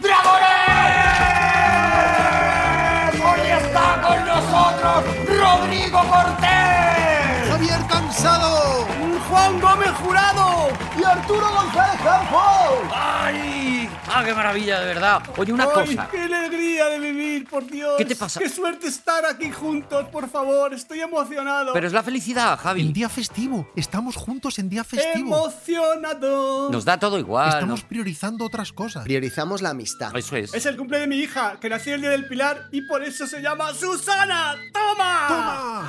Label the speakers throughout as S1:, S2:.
S1: Dragones. Hoy está con nosotros Rodrigo Cortés,
S2: Javier Cansado.
S1: Juan Gómez Jurado.
S2: Y Arturo González Campo.
S1: ¡Ay! ¡Ah, qué maravilla, de verdad! Oye, una
S2: ¡Ay,
S1: cosa.
S2: qué alegría de vivir, por Dios!
S1: ¿Qué te pasa?
S2: ¡Qué suerte estar aquí juntos, por favor! Estoy emocionado.
S1: Pero es la felicidad,
S3: En
S1: Javi.
S3: día festivo. Estamos juntos en día festivo.
S2: ¡Emocionado!
S1: Nos da todo igual.
S3: Estamos
S1: Ah, ¿no?
S3: priorizando otras cosas.
S4: Priorizamos la amistad.
S1: Eso es.
S2: Es el cumple de mi hija, que nació el día del Pilar y por eso se llama Susana. ¡Toma!
S3: ¡Toma!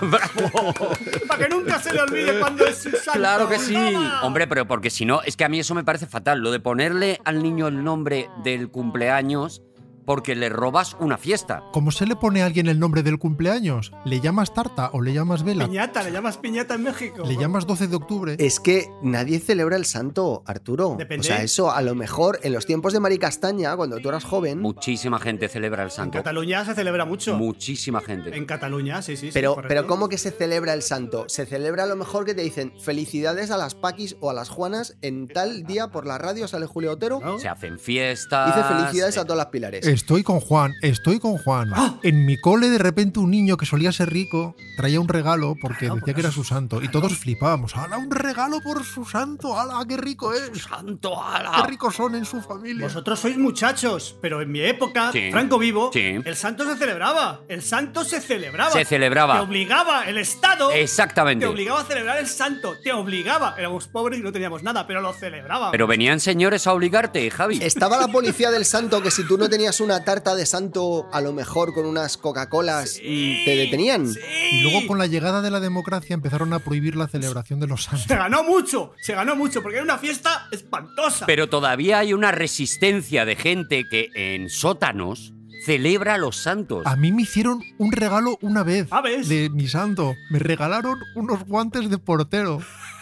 S2: Para que nunca se le olvide cuando es Susana.
S1: Claro que sí.
S2: ¡Toma!
S1: Hombre, pero porque si no, es que a mí eso me parece fatal, lo de ponerle al niño el nombre del cumpleaños porque le robas una fiesta.
S3: ¿Cómo se le pone a alguien el nombre del cumpleaños? ¿Le llamas tarta o le llamas vela?
S2: Piñata, le llamas piñata en México.
S3: ¿Le llamas 12 de octubre?
S4: Es que nadie celebra el santo, Arturo.
S2: Depende.
S4: O sea, eso a lo mejor en los tiempos de Mari Castaña, cuando tú eras joven,
S1: Muchísima gente celebra el
S2: ¿Mm? En
S1: santo.
S2: Cataluña se celebra mucho.
S1: Muchísima gente.
S2: En Cataluña, sí, sí. sí,
S4: Pero,
S2: correcto.
S4: pero ¿cómo que se celebra el santo? Se celebra a lo mejor que te dicen felicidades a las Paquis o a las Juanas en tal día por la radio sale Julio Otero.
S2: ¿No?
S1: Se hacen fiestas.
S4: Dice felicidades a
S1: eh,
S4: todas las pilares.
S3: Estoy con Juan, estoy con Juan. En mi cole, de repente, un niño que solía ser rico traía un regalo porque decía que era su santo. Y todos flipábamos. ¡Hala, un regalo por su santo! ¡Hala, qué rico es!
S1: ¡Santo
S3: ¡Qué
S1: ala!
S3: ricos son en su familia!
S2: Vosotros sois muchachos, pero en mi época,
S1: Sí.
S2: Franco vivo,
S1: Sí.
S2: el santo se celebraba. El santo se celebraba.
S1: Se celebraba.
S2: Te obligaba el Estado.
S1: Exactamente.
S2: Te obligaba a celebrar el santo. Te obligaba. Éramos pobres y no teníamos nada, pero lo celebraba.
S1: Pero venían señores a obligarte, Javi.
S4: Estaba la policía del santo que si tú no tenías una tarta de santo, a lo mejor con unas Coca-Colas, mm, te detenían.
S3: Y luego, con la llegada de la democracia, empezaron a prohibir la celebración de los santos.
S2: Se ganó mucho, se ganó mucho, porque era una fiesta espantosa.
S1: Pero todavía hay una resistencia de gente que en sótanos celebra a los santos.
S3: A mí me hicieron un regalo una vez
S2: Pues Ah, ¿ves?
S3: de mi santo. Me regalaron unos guantes de portero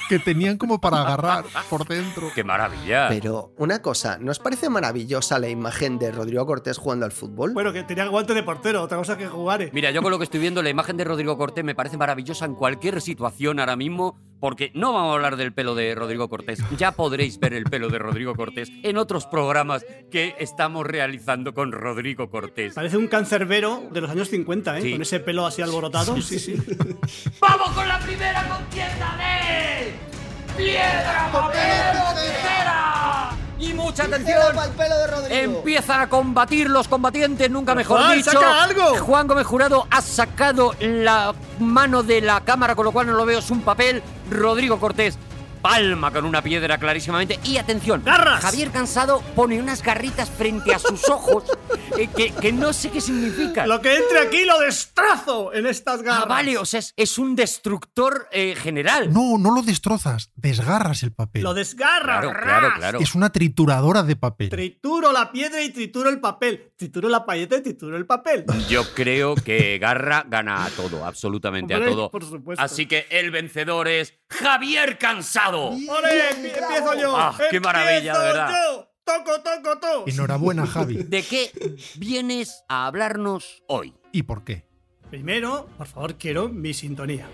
S3: que tenían como para agarrar por dentro.
S1: ¡Qué maravilla!
S4: Pero una cosa, ¿no os parece maravillosa la imagen de Rodrigo Cortés jugando al fútbol?
S2: Bueno, que tenía guante de portero, otra cosa que jugar. eh.
S1: Mira, yo con lo que estoy viendo, la imagen de Rodrigo Cortés me parece maravillosa en cualquier situación ahora mismo, porque no vamos a hablar del pelo de Rodrigo Cortés. Ya podréis ver el pelo de Rodrigo Cortés en otros programas que estamos realizando con Rodrigo Cortés.
S2: Parece un cancerbero de los años 50, ¿eh?
S1: Sí.
S2: Con ese pelo así alborotado. Sí, sí.
S1: ¡Vamos con la primera contienda de piedra,
S4: papel o tijera!
S1: Y mucha
S4: Tijera
S1: atención.
S4: pa'l pelo de Rodrigo.
S1: Empiezan a combatir los combatientes, nunca mejor
S2: Juan,
S1: dicho.
S2: saca algo.
S1: Juan Gómez Jurado ha sacado la mano de la cámara, con lo cual no lo veo, es un papel. Rodrigo Cortés palma con una piedra clarísimamente. Y atención,
S2: ¡Garras!
S1: Javier Cansado pone unas garritas frente a sus ojos eh, que, que no sé qué significa.
S2: Lo que entre aquí lo destrazo en estas garras.
S1: Ah, vale, o sea, es, es un destructor eh, general.
S3: No, no lo destrozas, desgarras el papel.
S2: Lo desgarra.
S1: Claro,
S2: ras.
S1: claro, claro.
S3: Es una trituradora de papel.
S2: Trituro la piedra y trituro el papel. Trituro la payeta y trituro el papel.
S1: Yo creo que Garra gana a todo, absolutamente a
S2: Hombre,
S1: todo.
S2: por supuesto.
S1: Así que el vencedor es Javier Cansado.
S2: ¡Ole! empie- Empiezo yo.
S1: Ah, qué
S2: Empiezo
S1: maravilla, de verdad.
S2: yo. Toco, toco, toco.
S3: Enhorabuena, Javi.
S1: ¿De qué vienes a hablarnos hoy?
S3: ¿Y por qué?
S2: Primero, por favor, quiero mi sintonía.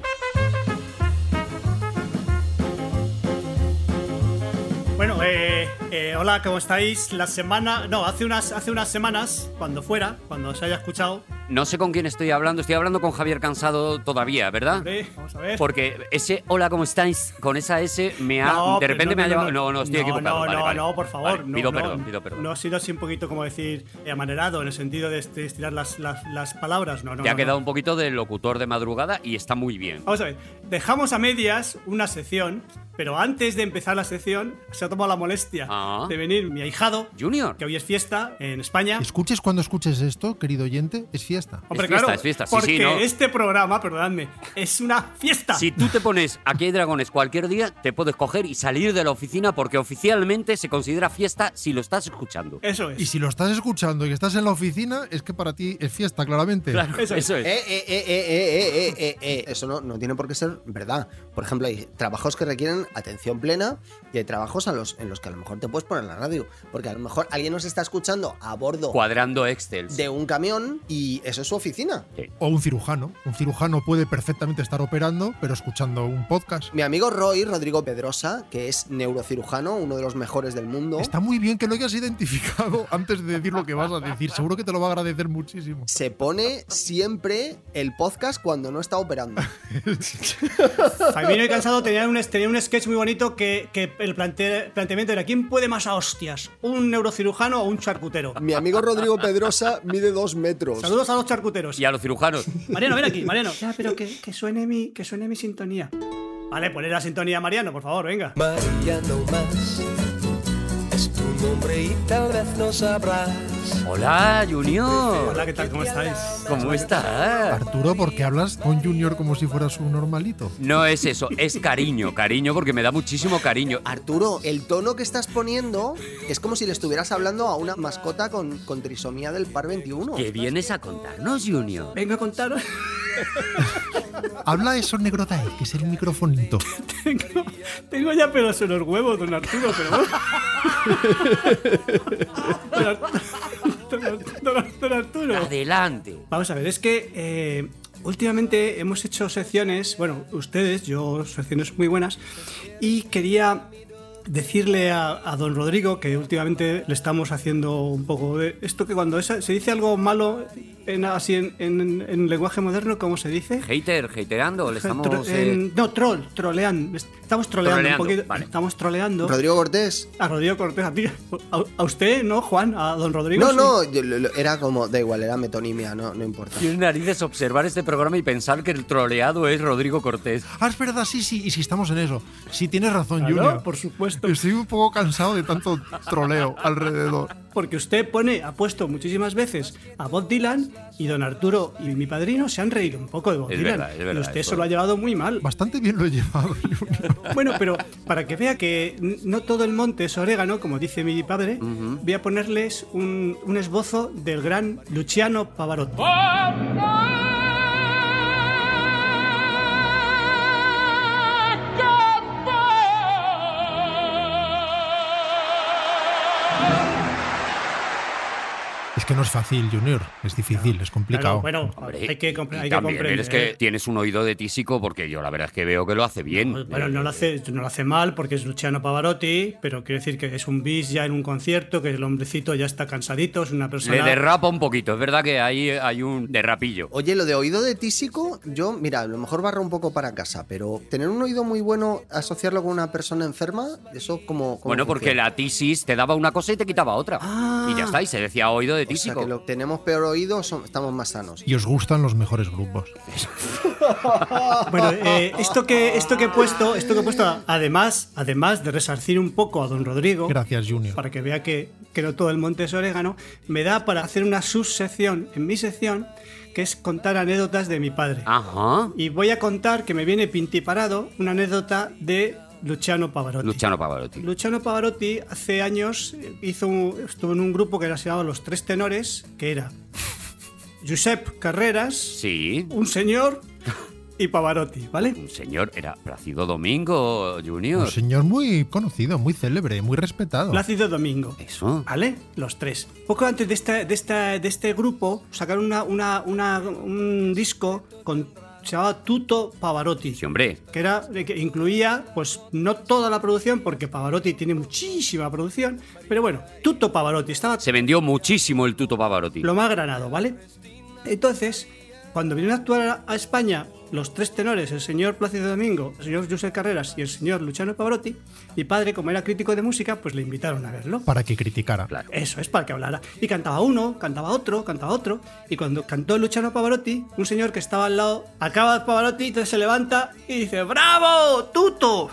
S2: Bueno, eh, eh, hola, ¿cómo estáis? La semana. No, hace unas, hace unas semanas, cuando fuera, cuando os haya escuchado.
S1: No sé con quién estoy hablando, estoy hablando con Javier Cansado todavía, ¿verdad?
S2: hombre, vamos a ver.
S1: Porque ese hola, ¿cómo estáis? Con esa S me ha.
S2: No,
S1: de
S2: pero no,
S1: repente me ha
S2: no,
S1: llevado.
S2: no.
S1: No, no, estoy equivocado.
S2: No,
S1: Vale,
S2: no,
S1: vale.
S2: no, por favor.
S1: Vale,
S2: no,
S1: pido
S2: no,
S1: perdón, pido perdón.
S2: No ha sido así un poquito como decir eh, amanerado, en el sentido de est- estirar las, las, las palabras. No, no.
S1: Te ha
S2: no, Oh.
S1: quedado
S2: no.
S1: un poquito de locutor de madrugada y está muy bien.
S2: Vamos a ver. Dejamos a medias una sección, pero antes de empezar la sección, se ha tomado la molestia
S1: Ah.
S2: de venir mi ahijado,
S1: Junior.
S2: que hoy es fiesta en España.
S3: Escuches cuando escuches esto, querido oyente, es fiesta.
S2: Hombre,
S1: fiesta,
S2: claro,
S1: es fiesta, sí, sí,
S2: porque
S1: no.
S2: este programa, perdonadme, es una fiesta.
S1: Si tú te pones aquí hay dragones cualquier día, te puedes coger y salir de la oficina porque oficialmente se considera fiesta si lo estás escuchando.
S2: Eso
S3: Y
S2: es.
S3: si lo estás escuchando y estás en la oficina, es que para ti es fiesta, claramente.
S1: Claro,
S2: eso
S1: eso,
S2: es.
S1: es.
S4: Eh, eh, eh, eh, eh, eh, eh, eh. Eso no, no tiene por qué ser verdad. Por ejemplo, hay trabajos que requieren atención plena y hay trabajos a los, en los que a lo mejor te puedes poner la radio. Porque a lo mejor alguien nos está escuchando a
S2: Oh.
S4: bordo
S1: Cuadrando Excel.
S4: de un camión y eso es su oficina.
S3: O un cirujano. Un cirujano puede perfectamente estar operando, pero escuchando un podcast.
S4: Mi amigo Roy, Rodrigo Pedrosa, que es neurocirujano, uno de los mejores del mundo,
S3: Está muy bien que lo hayas identificado antes de decir lo que vas a decir. Seguro que te lo va a agradecer muchísimo.
S4: se pone siempre el podcast cuando no está operando.
S2: Fabiano y Cansado tenían un, tenía un sketch muy bonito que, que el plante- planteamiento era ¿quién puede más a hostias? ¿Un neurocirujano o un charcutero?
S4: Mi amigo Rodrigo Pedrosa mide dos metros.
S2: Saludos a los charcuteros.
S1: Y a los cirujanos.
S2: Mariano, ven aquí, Mariano. Ya, pero que, que suene mi, que suene mi sintonía. Vale, poner la sintonía, Mariano, por favor, venga.
S5: María no más es tu nombre y tal vez no sabrás.
S1: Hola, Junior.
S2: Hola, ¿qué tal? ¿Cómo estáis?
S1: ¿Cómo estás?
S3: Arturo, ¿por qué hablas con Junior como si fueras un normalito?
S1: No es eso, es cariño, cariño, porque me da muchísimo cariño.
S4: Arturo, el tono que estás poniendo es como si le estuvieras hablando a una mascota con, con trisomía del par 21.
S1: ¿Qué vienes a contarnos, Junior?
S2: Vengo a contaros.
S3: Habla eso, Negrodae, que es el microfonito.
S2: Tengo, tengo ya pelos en los huevos, don Arturo, pero bueno. Don Ar- don Ar- don Ar- don Arturo.
S1: Adelante.
S2: Vamos a ver, es que eh, últimamente hemos hecho secciones, bueno, ustedes, yo, secciones muy buenas, y quería decirle a, a don Rodrigo que últimamente le estamos haciendo un poco de esto que cuando es- se dice algo malo en, así en, en- en lenguaje moderno, ¿cómo se dice?
S1: Hater, haterando, le estamos.
S2: Tro-
S1: eh,
S2: en- no, troll, trolean. Estamos troleando,
S1: Troleando,
S2: un poquito.
S1: vale.
S2: Estamos troleando.
S4: Rodrigo Cortés.
S2: A Rodrigo Cortés, a ti. A, a usted, ¿no, Juan? A don Rodrigo.
S4: No,
S2: sí.
S4: no, yo- lo- lo- era como, da igual, era metonimia, no, no importa.
S1: Tiene narices observar este programa y pensar que el troleado es Rodrigo Cortés.
S3: Ah, es verdad, sí, sí, y si estamos en eso. Sí, tienes razón,
S2: Claro,
S3: Junior.
S2: por supuesto.
S3: Estoy un poco cansado de tanto troleo alrededor.
S2: Porque usted pone, ha puesto muchísimas veces a Bob Dylan y don Arturo y mi padrino se han reído un poco de Bob
S1: Es
S2: Dylan.
S1: verdad, es
S2: y
S1: verdad,
S2: usted
S1: es
S2: se lo ha llevado muy mal.
S3: Bastante bien lo he llevado, Junior.
S2: Bueno, pero para que vea que n- no todo el monte es orégano, como dice mi padre, voy a ponerles un, un esbozo del gran Luciano Pavarotti.
S3: Es que no es fácil, Junior. Es difícil, es
S2: Claro,
S3: complicado.
S2: bueno,
S1: Hombre,
S2: hay que, compre-
S1: y
S2: hay que
S1: también
S2: comprender. ¿eh?
S1: es que tienes un oído de tísico porque yo la verdad es que veo que lo hace bien.
S2: Pues, Bueno, no lo, hace, no lo hace mal porque es Luciano Pavarotti, pero quiero decir que es un bis ya en un concierto, que el hombrecito ya está cansadito, es una
S1: Le
S2: persona.
S1: derrapa un poquito, es verdad que ahí hay un derrapillo.
S4: Oye, lo de oído de tísico, yo, mira, a lo mejor barro un poco para casa, pero tener un oído muy bueno, asociarlo con una persona enferma, eso como... como
S1: Bueno, porque
S4: funciona?
S1: la tisis te daba una cosa y te quitaba otra.
S2: Ah.
S1: Y ya está, y se decía oído de
S4: O sea,
S1: tísico.
S4: que lo tenemos peor oído, son- estamos más sanos.
S3: Y os gustan los mejores grupos.
S2: Bueno, eh, esto, que, esto que he puesto, esto que he puesto, además, además de resarcir un poco a don Rodrigo,
S3: Gracias, Junior.
S2: para que vea que, que no todo el monte es orégano, me da para hacer una subsección en mi sección, que es contar anécdotas de mi padre.
S1: Ah. Ajá.
S2: Y voy a contar que me viene pintiparado una anécdota de Luciano Pavarotti.
S1: Luciano Pavarotti.
S2: Luciano Pavarotti hace años hizo un- estuvo en un grupo que era- se llamaba Los Tres Tenores, que era Josep Carreras,
S1: Sí.
S2: un señor y Pavarotti, ¿vale?
S1: Un señor era Placido Domingo
S3: Un
S1: Junior.
S3: señor muy conocido, muy célebre, muy respetado.
S2: Plácido Domingo.
S1: Eso.
S2: ¿Vale? Los tres. Poco antes de, esta, de, esta, de este grupo sacaron una, una- una- un disco con, se llamaba Tuto Pavarotti.
S1: Sí, hombre.
S2: que era que incluía pues no toda la producción porque Pavarotti tiene muchísima producción pero bueno Tutto Pavarotti estaba
S1: Se vendió muchísimo el tuto Pavarotti. Eh,
S2: lo más granado vale entonces cuando vinieron a actuar a España los tres tenores el señor Plácido Domingo el señor José Carreras y el señor Luciano Pavarotti mi padre como era crítico de música pues le invitaron a verlo
S3: Para que criticara.
S1: Claro.
S2: eso es para que hablara. Y cantaba uno, cantaba otro, cantaba otro. Y cuando cantó Luciano Pavarotti, un señor que estaba al lado acaba Pavarotti, entonces se levanta y dice: ¡Bravo, tuto!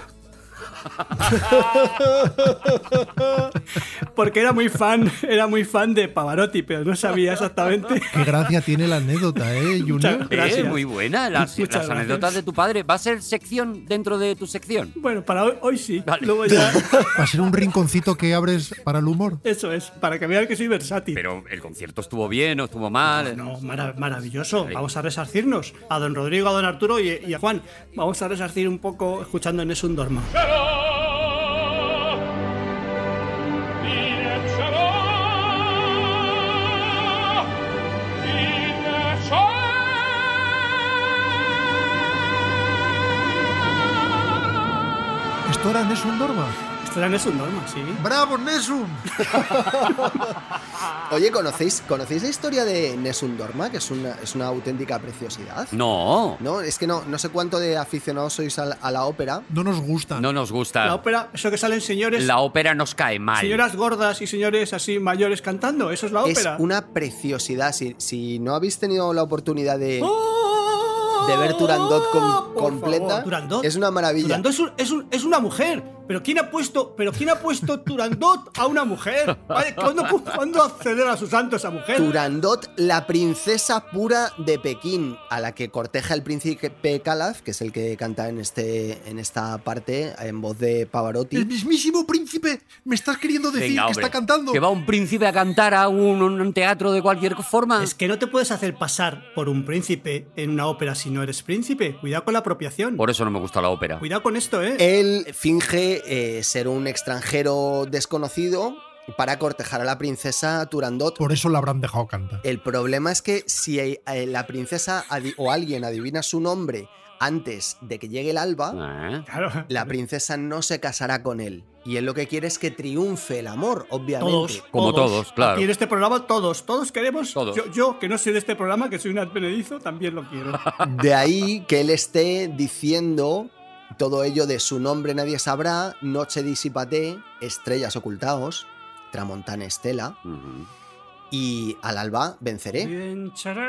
S2: Porque era muy fan, era muy fan de Pavarotti, pero no sabía exactamente.
S3: Qué gracia tiene la anécdota, ¿eh, Junior?
S2: Muchas gracias.
S1: Eh, muy buena.
S2: Muchas
S1: Las, las
S2: gracias.
S1: anécdotas de tu padre. ¿Va a ser sección dentro de tu sección?
S2: Bueno, para hoy, hoy sí.
S1: Vale.
S2: Luego ya-
S3: Va a ser un rinconcito que abres para el humor.
S2: Eso es, para que vean que soy versátil.
S1: Pero el concierto estuvo bien o estuvo mal.
S2: No, mara- maravilloso. Vamos a resarcirnos. A don Rodrigo, a don Arturo y, y a Juan. Vamos a resarcir un poco escuchando en Es un Dorma.
S3: Esto era Nessun Dorma.
S2: Esto era en Es un Dorma, sí.
S3: ¡Bravo, Nessun!
S4: Oye, ¿conocéis, ¿conocéis la historia de Nessun Dorma? Que es una, es una auténtica preciosidad.
S1: No.
S4: No, es que no, no sé cuánto de aficionados sois a la, a la ópera.
S3: No nos gusta.
S1: No nos gusta.
S2: La
S1: La,
S2: ópera, eso que salen señores,
S1: ópera nos cae mal.
S2: señoras gordas y señores así mayores cantando. Eso es la
S4: Es
S2: ópera.
S4: una preciosidad. Si, si no habéis tenido la oportunidad de,
S2: Oh,
S4: de ver Turandot com-
S2: Por
S4: completa,
S2: favor, Turandot.
S4: es una maravilla.
S2: Turandot es, un- es un- es una mujer. Pero ¿quién ha puesto, pero quién ha puesto Turandot a una mujer? Vale, ¿Cuándo, cuándo celebra su santo esa mujer?
S4: Turandot, la princesa pura de Pekín, a la que corteja el príncipe Calaf, que es el que canta en, este, en esta parte en voz de
S3: El
S4: Pavarotti.
S3: mismísimo príncipe me estás queriendo decir
S1: Venga,
S3: que
S1: hombre.
S3: está cantando.
S1: Que va un príncipe a cantar a un, un teatro de cualquier forma.
S2: Es que no te puedes hacer pasar por un príncipe en una ópera si no eres príncipe. Cuidado con la apropiación.
S1: Por eso no me gusta la ópera.
S2: Cuidado con esto, ¿eh?
S4: Él finge eh, ser un extranjero desconocido para cortejar a la princesa Turandot.
S3: Por eso la habrán dejado cantar.
S4: El problema es que si eh, la princesa adi- o alguien adivina su nombre antes de que llegue el alba,
S1: Ah,
S2: Claro.
S4: la princesa no se casará con él. Y él lo que quiere es que triunfe el amor, obviamente.
S2: Todos.
S1: Como todos, claro.
S2: Y en este programa todos, todos queremos.
S1: Todos.
S2: Yo, yo, que no soy de este programa, que soy un advenedizo, también lo quiero.
S4: De ahí que él esté diciendo todo ello de su nombre nadie sabrá, noche disipate, estrellas ocultaos, tramontana estela
S1: ujú.
S4: y al alba
S1: ¿Eh?
S4: venceré,
S2: Vencharé,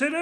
S2: vencharé.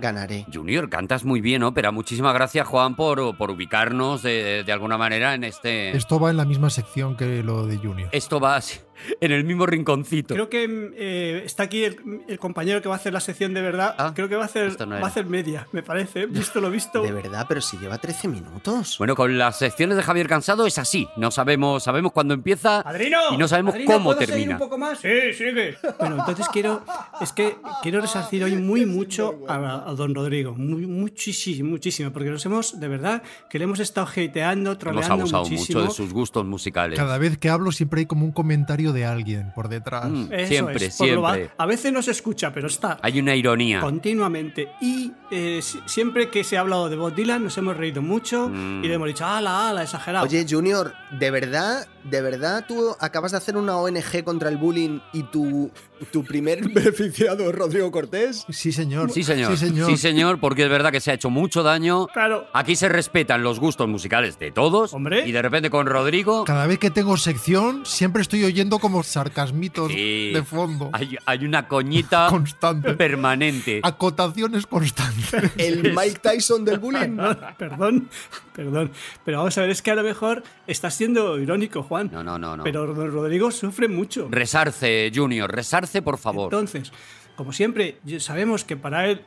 S4: ganaré.
S1: Junior, cantas muy bien ópera. Muchísimas gracias, Juan, por, por ubicarnos de, de alguna manera en este.
S3: Esto va en la misma sección que lo de Junior.
S1: Esto va así, en el mismo rinconcito.
S2: Creo que mm, eh, está aquí el, el compañero que va a hacer la sección de verdad.
S1: Ah,
S2: Creo que va a hacer,
S1: esto no
S2: va
S1: era.
S2: a hacer media, me parece. Visto lo visto.
S4: De verdad, pero si lleva 13 minutos.
S1: Bueno, con las secciones de Javier Cansado es así. No sabemos, sabemos cuándo empieza
S2: ¡Padrino!
S1: y no sabemos
S2: ¿Padrino,
S1: cómo
S2: ¿puedo seguir
S1: termina.
S2: un poco más? Sí, sigue. Bueno, entonces quiero. Es que quiero resarcir hoy muy mucho a, a don Rodrigo. Muy, muchísimo, muchísimo. Porque nos hemos, de verdad, que le hemos estado hateando,
S1: Hemos
S2: troleando
S1: abusado
S2: muchísimo.
S1: mucho de sus gustos musicales.
S3: Cada vez que hablo siempre hay como un comentario de alguien por detrás.
S1: Mm,
S2: Eso
S1: siempre,
S2: es, por lo va-
S1: siempre.
S2: a veces no se escucha, pero está.
S1: Hay una ironía.
S2: continuamente. Y eh, si- siempre que se ha hablado de Bob Dylan, nos hemos reído mucho
S1: Mm.
S2: y le hemos dicho, ala, ala, exagerado.
S4: Oye, Junior, ¿de verdad, de verdad tú acabas de hacer una ONG contra el bullying y tu, tu primer beneficiado es Rodrigo Cortés?
S3: Sí, señor.
S1: Sí, señor.
S3: Sí, señor.
S1: porque es verdad que se ha hecho mucho daño.
S2: claro.
S1: Aquí se respetan los gustos musicales de todos.
S2: Hombre.
S1: Y de repente con Rodrigo.
S3: Cada vez que tengo sección, siempre estoy oyendo como sarcasmitos
S1: Sí.
S3: de fondo.
S1: Hay, hay una coñita
S3: Constante.
S1: permanente.
S3: Acotaciones constantes.
S4: ¿El Mike Tyson del bullying?
S1: Ah.
S2: Perdón, perdón. Pero vamos a ver, es que a lo mejor estás siendo irónico, Juan.
S1: No, no, no, no.
S2: Pero don Rodrigo sufre mucho.
S1: Resarce, Junior, resarce, por favor.
S2: Entonces, como siempre, ya sabemos que para él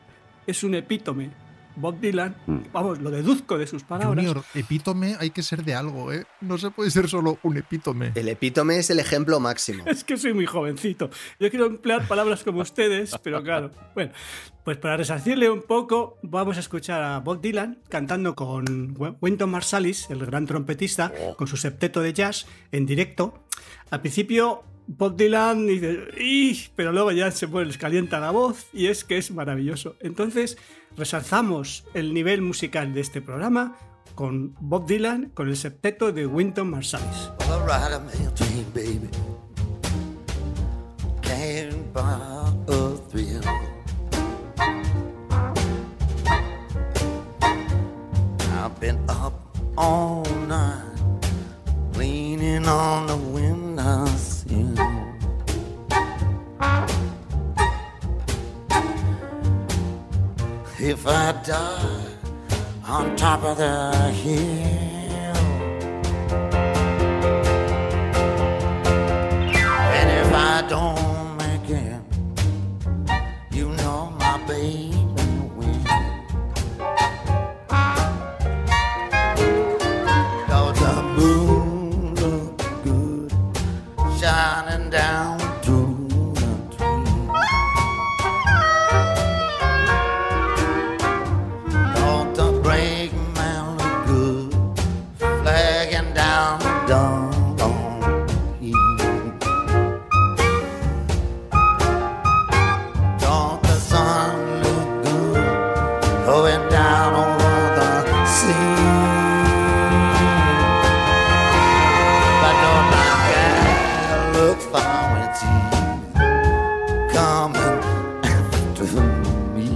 S2: es un epítome. Bob Dylan,
S1: Mm.
S2: vamos, lo deduzco de sus palabras.
S3: Junior, epítome hay que ser de algo, ¿eh? No se puede ser solo un
S1: Eh,
S3: epítome.
S4: El epítome es el ejemplo máximo.
S2: Es que soy muy jovencito. Yo quiero emplear palabras como ustedes, pero claro. Bueno, pues para resarcirle un poco, vamos a escuchar a Bob Dylan cantando con Wen- Wynton Marsalis, el gran trompetista, con su septeto de jazz en directo. Al principio, Bob Dylan dice, "Ih", pero luego ya se pone- les calienta la voz y es que es maravilloso. Entonces, resalzamos el nivel musical de este programa con Bob Dylan, con el septeto de Wynton Marsalis.
S6: All right, I'm a dream, baby. Can't buy a thrill. I've been up all night, leaning on the windowsill. If I die, on top of the hill. And if I don't make it, you know my baby will. Though the moon looks good shining down through the trees. Don't the break man look good flagging down the dawn on Don't the sun look good going down over the sea But don't the sky look far when it's evening coming after me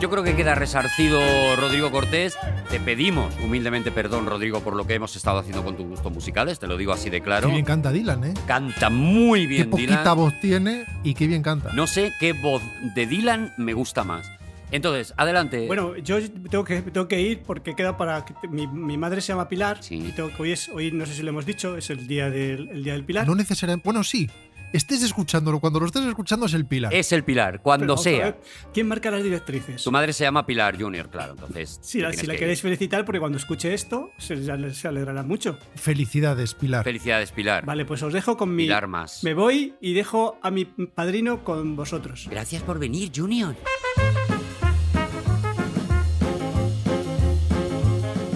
S1: Yo creo que queda resarcido Rodrigo Cortés. Te pedimos humildemente perdón, Rodrigo, por lo que hemos estado haciendo con tus gustos musicales. Te lo digo así de claro.
S3: Qué bien canta Dylan, ¿eh?
S1: Canta muy
S3: qué
S1: bien
S3: poquita
S1: Dylan.
S3: voz tiene y qué bien canta.
S1: No sé qué voz de Dylan me gusta más. Entonces, adelante.
S2: Bueno, yo tengo que, tengo que ir porque queda para. que- Mi, mi madre se llama Pilar
S1: Sí.
S2: y tengo que, hoy, es, hoy, no sé si lo hemos dicho, es el día del, el día del Pilar.
S3: No necesariamente. Bueno, sí. Estés escuchándolo. Cuando lo estés escuchando es el pilar.
S1: es el Pilar, cuando
S2: Pero vamos a
S1: sea.
S2: ver, ¿Quién marca las directrices?
S1: Tu madre se llama Pilar Junior, claro. Entonces,
S2: si la,
S1: tienes
S2: si la
S1: que-
S2: queréis felicitar, porque cuando escuche esto se, se- se alegrará mucho.
S3: Felicidades, Pilar.
S1: Felicidades, Pilar.
S2: Ah. Vale, pues os dejo con mi.
S1: Pilar más.
S2: Me voy y dejo a mi padrino con vosotros.
S1: Gracias por venir, Junior.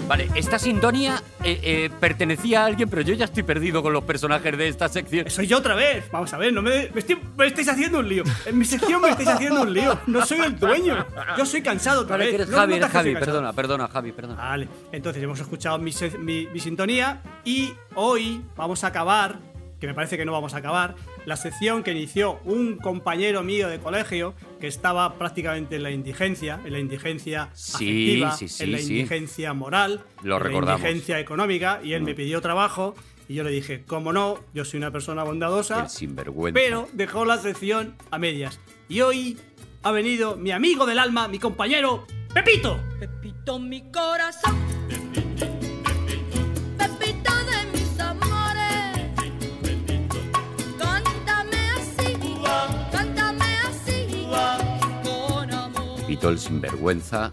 S1: Vale, esta sintonía eh, eh, pertenecía a alguien, pero yo ya estoy perdido con los personajes de esta sección.
S2: Soy yo otra vez. Vamos a ver, no me, me estoy- me estáis haciendo un lío. En mi sección me estáis haciendo un lío. No soy el dueño. Yo soy cansado otra
S1: Ahora
S2: vez.
S1: que eres
S2: eh, No
S1: Javi,
S2: notas que
S1: eres
S2: soy
S1: Javi,
S2: cansado.
S1: perdona, perdona, Javi, perdona.
S2: Vale, entonces hemos escuchado mi, se- mi- mi sintonía y hoy vamos a acabar, que me parece que no vamos a acabar, la sección que inició un compañero mío de colegio que estaba prácticamente en la indigencia, en la indigencia
S1: Sí,
S2: afectiva,
S1: sí, sí,
S2: en la
S1: sí.
S2: indigencia moral,
S1: Lo
S2: en
S1: recordamos. Mm.
S2: la indigencia económica y él me pidió trabajo y yo le dije, como no, yo soy una persona bondadosa,
S1: El sinvergüenza.
S2: Ah, pero dejó la sección a medias. Y hoy ha venido mi amigo del alma, mi compañero Pepito.
S7: Pepito mi corazón. Pepito de mis amores. Cántame así. Cántame así. Con amor.
S1: Pepito el sinvergüenza.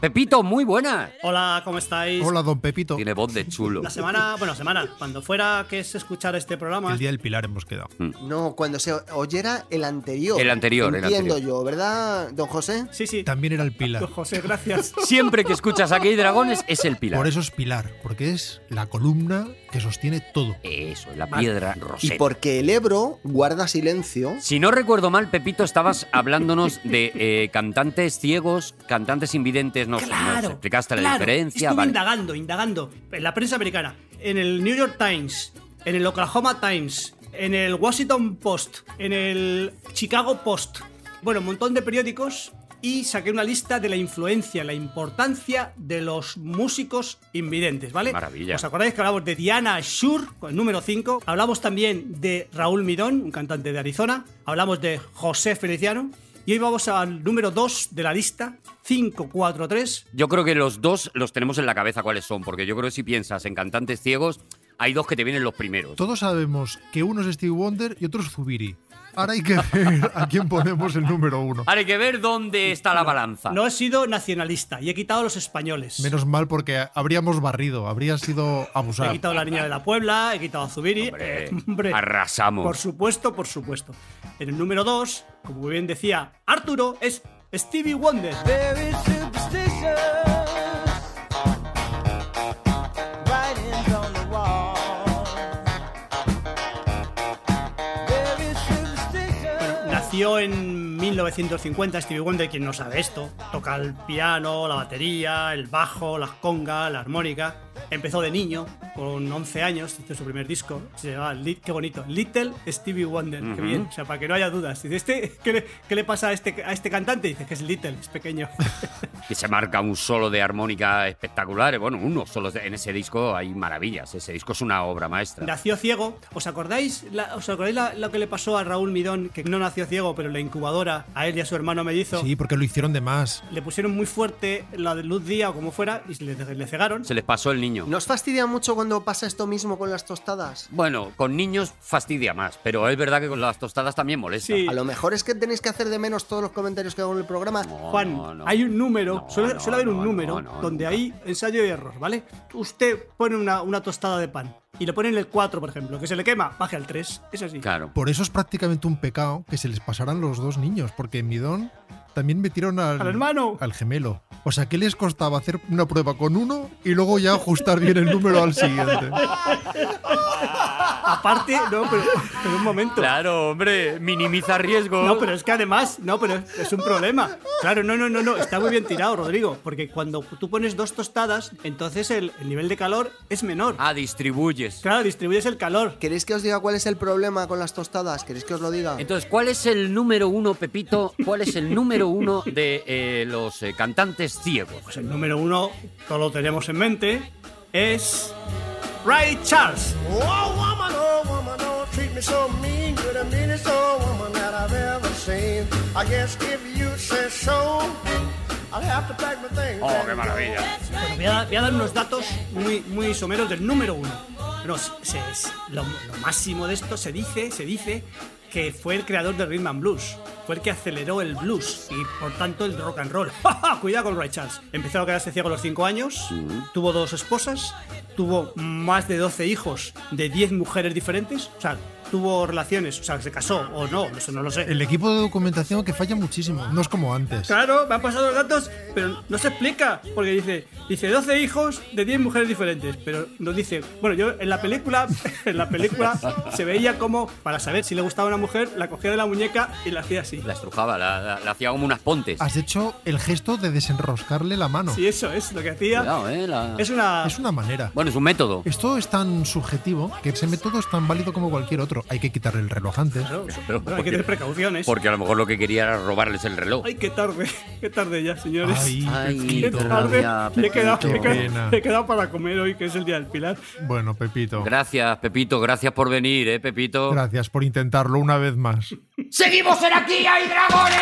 S1: Pepito, muy buena.
S2: Hola, ¿cómo estáis?
S3: Hola, don Pepito.
S1: Tiene voz de chulo.
S2: La semana, bueno, semana, cuando fuera que es escuchar este programa,
S3: El día del pilar hemos quedado.
S4: No, cuando se oyera el anterior.
S1: El anterior, el
S4: Entiendo
S1: anterior.
S4: yo, ¿verdad, don José?
S2: sí, sí,
S3: También era el
S2: Don
S3: pilar.
S2: José, gracias.
S1: Siempre que escuchas aquí dragones es el Pilar.
S3: Por eso es pilar, porque es la columna que sostiene todo.
S1: Eso, la piedra roseta.
S4: Y porque el Ebro guarda silencio.
S1: Si no recuerdo mal, Pepito, estabas hablándonos de eh, cantantes ciegos, cantantes invidentes, no sé, nos explicaste la
S2: claro.
S1: diferencia.
S2: Estuve
S1: vale.
S2: indagando, indagando en la prensa americana, en el New York Times, en el Oklahoma Times, en el Washington Post, en el Chicago Post. Bueno, un montón de periódicos y saqué una lista de la influencia, la importancia de los músicos invidentes, ¿vale?
S1: Maravilla.
S2: ¿Os acordáis que hablamos de Diana Shur, con el número 5? Hablamos también de Raúl Mirón, un cantante de Arizona. Hablamos de José Feliciano. Y hoy vamos al número 2 de la lista, 543,
S1: Yo creo que los dos los tenemos en la cabeza cuáles son, porque yo creo que si piensas en cantantes ciegos, hay dos que te vienen los primeros.
S3: Todos sabemos que uno es Steve Wonder y otro es Zubiri. Ahora hay que ver a quién ponemos el número uno.
S1: Ahora hay que ver dónde está la balanza.
S2: No he sido nacionalista y he quitado a los españoles.
S3: Menos mal porque habríamos barrido, habría sido
S2: he
S3: abusado.
S2: quitado a la niña de la Puebla, he quitado a Zubiri.
S1: Hombre,
S2: Hombre,
S1: arrasamos.
S2: Por supuesto, por supuesto. En el número 2, como muy bien decía Arturo, es Stevie Wonder.
S5: Very superstitious. Writings on the wall. Very superstitious.
S2: Nació en 1950 Stevie Wonder, quien no sabe esto. Toca el piano, la batería, el bajo, las congas, la armónica. Empezó de niño con 11 años, hizo su primer disco, se llamaba, Lit- qué bonito, Little Stevie Wonder, qué
S1: Ujú.
S2: bien, o sea, para que no haya dudas. Dice, ¿este, qué, le, qué le pasa a este, a este cantante? Dice que es Little, es pequeño.
S1: que se marca un solo de armónica espectacular. eh, Bueno, uno solo. En ese disco hay maravillas. Ese disco es una obra maestra.
S2: Nació ciego. ¿Os acordáis, la- ¿os acordáis la- lo que le pasó a Raúl Midón, que no nació ciego, pero la incubadora, a él y a su hermano mellizo?
S3: Sí, porque lo hicieron de más.
S2: Le pusieron muy fuerte la de luz día o como fuera y le, le cegaron.
S1: Se les pasó el niño.
S4: ¿Nos fastidia mucho cuando pasa esto mismo con las tostadas?
S1: Bueno, con niños fastidia más, pero es verdad que con las tostadas también molesta.
S2: Sí.
S4: A lo mejor es que tenéis que hacer de menos todos los comentarios que hago en el programa.
S1: No,
S2: Juan,
S1: no, no.
S2: hay un número,
S1: No,
S2: suele,
S1: no,
S2: suele haber un
S1: no,
S2: número
S1: no, no,
S2: donde
S1: nunca.
S2: hay ensayo y error, ¿vale? Usted pone una, una tostada de pan y le ponen el 4, por ejemplo, que se le quema, baje al 3, es así.
S1: Claro.
S3: Por eso es prácticamente un pecado que se les pasaran los dos niños, porque en Midón también metieron al,
S2: ¡Al hermano!
S3: al gemelo. O sea, ¿qué les costaba hacer una prueba con uno y luego ya ajustar bien el número al siguiente?
S2: Aparte, no, pero, pero un momento.
S1: Claro, hombre, minimiza riesgos.
S2: No, pero es que además, no, pero es un problema. Claro, no, no, no, no, está muy bien tirado, Rodrigo, porque cuando tú pones dos tostadas, entonces el, el nivel de calor es menor.
S1: Ah, distribuyes.
S2: Claro, distribuyes el calor.
S4: ¿Queréis que os diga cuál es el problema con las tostadas? ¿Queréis que os lo diga?
S1: Entonces, ¿cuál es el número uno, Pepito? ¿Cuál es el número uno de eh, los eh, cantantes ciegos?
S2: Pues el número uno, todos lo tenemos en mente, es Ray Charles.
S5: Oh, woman, oh, woman, oh, treat me so mean. You're the meanest old woman that I've ever seen. I guess if you say so, I'll have to pack my things.
S1: Oh,
S5: and
S1: qué
S5: go.
S1: maravilla.
S2: Bueno, voy, a, voy a dar unos datos muy, muy someros del número uno. Pero se- se- es- lo, lo máximo de esto se dice, se dice que fue el creador del rhythm and blues. Fue el que aceleró el blues y por tanto el rock and roll. ¡Ja, ja! Cuidado con Ray Charles. Empezó a quedarse ciego a los 5 años, tuvo dos esposas, tuvo más de 12 hijos de 10 mujeres diferentes. O sea, tuvo relaciones, o sea, se casó o no, eso no lo sé.
S3: El equipo de documentación que falla muchísimo, no es como antes.
S2: Claro, me han pasado los datos, pero no se explica. Porque dice, dice 12 hijos de 10 mujeres diferentes. Pero no dice. Bueno, yo en la película, en la película se veía como para saber si le gustaba una mujer, la cogía de la muñeca y la hacía así.
S1: La estrujaba, la, la- la hacía como unas pontes.
S3: Has hecho el gesto de desenroscarle la mano.
S2: Sí, eso es lo que hacía.
S1: Cuidado, eh, la-
S2: Es una.
S3: Es una manera.
S1: Bueno, es un método.
S3: Esto es tan subjetivo que ese método es tan válido como cualquier otro. Hay que quitarle el reloj antes.
S2: Claro,
S1: Pero
S2: hay que
S1: porque-
S2: tener precauciones.
S1: Porque a lo mejor lo que quería era robarles el reloj.
S2: Ay, qué tarde, qué tarde ya, señores.
S3: Ay,
S1: Ay,
S2: qué
S3: Pepito.
S1: qué
S2: tarde.
S1: rabia,
S2: Me he quedado,
S1: Pepito.
S2: me he quedado-
S3: Qué pena.
S2: me he quedado para comer hoy, que es el día del pilar.
S3: Bueno, Pepito.
S1: Gracias, Pepito, gracias por venir, ¿eh, Pepito?
S3: Gracias por intentarlo una vez más.
S1: ¡Seguimos en Aquí hay dragones!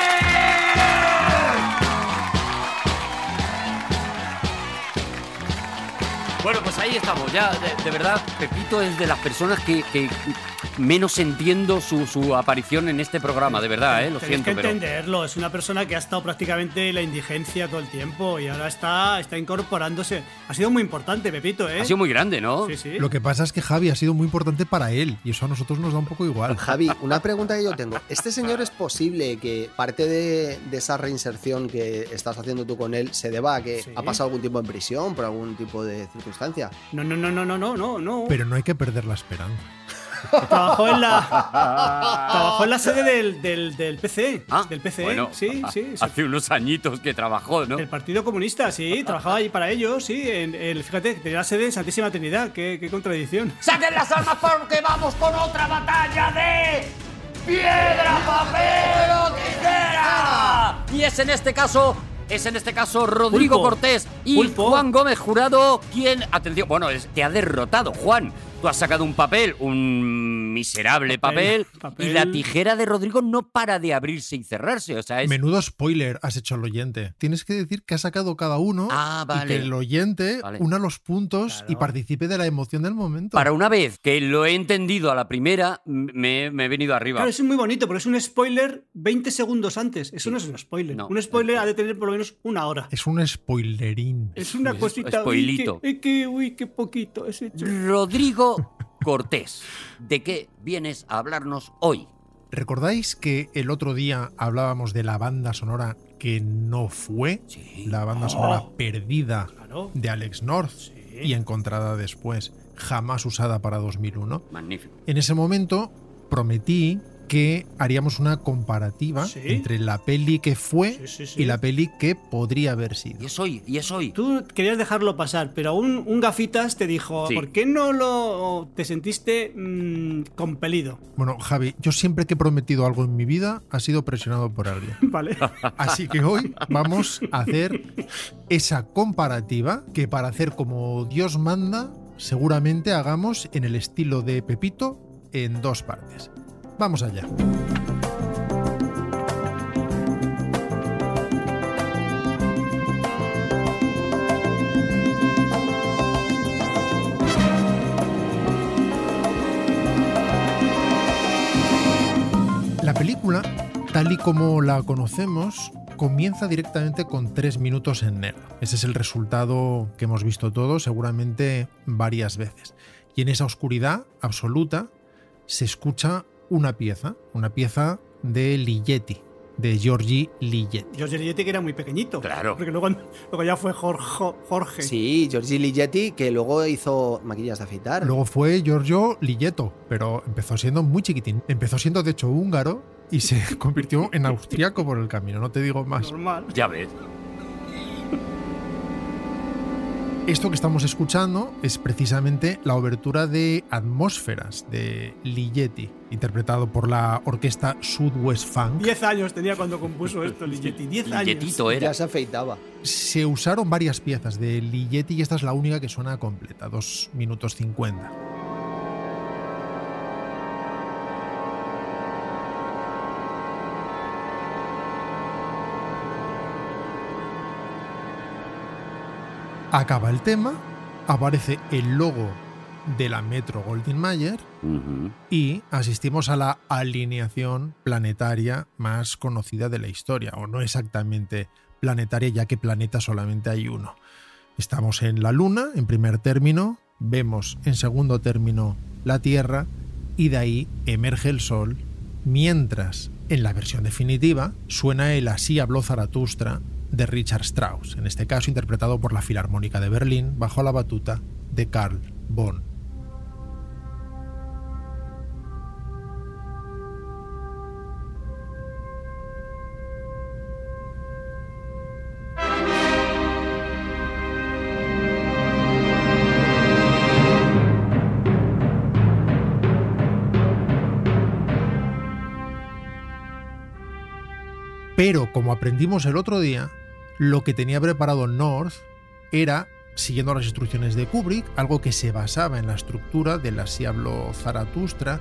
S1: Bueno, pues ahí estamos, ya, de, de verdad, Pepito es de las personas que, que menos entiendo su, su aparición en este programa, de verdad, ¿eh? Lo
S2: Tenéis
S1: siento,
S2: que
S1: pero...
S2: entenderlo, es una persona que ha estado prácticamente en la indigencia todo el tiempo y ahora está, está incorporándose. Ha sido muy importante, Pepito, ¿eh?
S1: Ha sido muy grande, ¿no?
S2: Sí, sí.
S3: Lo que pasa es que Javi ha sido muy importante para él y eso a nosotros nos da un poco igual.
S4: Javi, una pregunta que yo tengo. ¿Este señor es posible que parte de, de esa reinserción que estás haciendo tú con él se deba a que
S2: Sí.
S4: ha pasado algún tiempo en prisión por algún tipo de circunstancia?
S2: No, no, no, no, no, no, no, no.
S3: Pero no hay que perder la esperanza.
S2: Trabajó en la. trabajó en la sede del, del, del PC.
S1: Ah,
S2: del PCE,
S1: bueno, Ah,
S2: sí, sí. sí.
S1: Hace unos añitos que trabajó, ¿no?
S2: El Partido Comunista, sí, trabajaba ahí para ellos, sí. En, en- fíjate, tenía la sede en Santísima Trinidad, qué, qué contradicción.
S1: ¡Saquen las armas porque vamos con otra batalla de piedra, papel o tijera! Y es en este caso, es en este caso Rodrigo
S2: Pulpo.
S1: Cortés y
S2: Pulpo.
S1: Juan Gómez Jurado quien, atención, bueno, es- te ha derrotado, Juan. Tú has sacado un papel, un miserable papel,
S2: Papel, papel.
S1: y la tijera de Rodrigo no para de abrirse y cerrarse, o sea, es...
S3: Menudo spoiler has hecho al oyente. Tienes que decir que ha sacado cada uno
S1: Ah,
S3: y
S1: vale.
S3: que el oyente
S1: Vale.
S3: una los puntos y participe de la emoción del momento.
S1: Para una vez que lo he entendido a la primera, me, me he venido arriba.
S2: Claro, es muy bonito, pero es un spoiler 20 segundos antes. Eso no es un spoiler.
S1: No.
S2: un spoiler ha de tener por lo menos una hora.
S3: Es un spoilerín.
S2: Es una
S1: Es-
S2: cosita.
S1: spoilito.
S2: Uy, qué, qué- uy, qué poquito es hecho.
S1: Rodrigo Cortés, ¿de qué vienes a hablarnos hoy?
S3: ¿Recordáis que el otro día hablábamos de la banda sonora que no fue?
S1: Sí. Oh.
S3: La banda sonora perdida
S2: Claro.
S3: de Alex North y encontrada después, jamás usada para 2001.
S1: Magnífico.
S3: En ese momento prometí que haríamos una comparativa
S2: Sí.
S3: entre la peli que fue
S2: Sí, sí, sí.
S3: y la peli que podría haber sido.
S1: Y es hoy, y es hoy.
S2: Tú querías dejarlo pasar, pero un, un gafitas te dijo,
S1: Sí.
S2: ¿por qué no lo te sentiste mm, compelido?
S3: Bueno, Javi, yo siempre que he prometido algo en mi vida ha sido presionado por alguien.
S2: Vale.
S1: Ah.
S3: Así que hoy vamos a hacer esa comparativa que para hacer como Dios manda, seguramente hagamos en el estilo de Pepito en dos partes. Vamos allá. La película, tal y como la conocemos, comienza directamente con tres minutos en negro. Ese es el resultado que hemos visto todos seguramente varias veces. Y en esa oscuridad absoluta se escucha una pieza, una pieza de Ligeti, de Giorgi Ligeti.
S2: Yo Ligeti que era muy pequeñito.
S1: Claro.
S2: Porque luego, luego ya fue Jorge. Jorge.
S4: Sí, Giorgi Ligeti, que luego hizo maquillas de afeitar.
S3: Luego fue Giorgio Ligeto, pero empezó siendo muy chiquitín. Empezó siendo de hecho húngaro y se convirtió en austriaco por el camino, no te digo más.
S2: Normal.
S1: Ya ves.
S3: Esto que estamos escuchando es precisamente la obertura de Atmósferas de Ligeti, interpretado por la orquesta Sudwest Funk.
S2: Diez años tenía cuando compuso esto Ligeti. Diez años.
S1: Lilletito
S4: ya
S1: era.
S4: se afeitaba.
S3: Se usaron varias piezas de Ligeti y esta es la única que suena completa, 2 minutos 50. Acaba el tema, aparece el logo de la Metro Goldwyn Mayer
S1: Ujú.
S3: y asistimos a la alineación planetaria más conocida de la historia, o no exactamente planetaria, ya que planeta solamente hay uno. Estamos en la Luna, en primer término, vemos en segundo término la Tierra, y de ahí emerge el Sol, mientras en la versión definitiva suena el Así habló Zaratustra de Richard Strauss, en este caso interpretado por la Filarmónica de Berlín, bajo la batuta de Carl Bonn. Pero como aprendimos el otro día, lo que tenía preparado North era, siguiendo las instrucciones de Kubrick, algo que se basaba en la estructura de la Si habló Zaratustra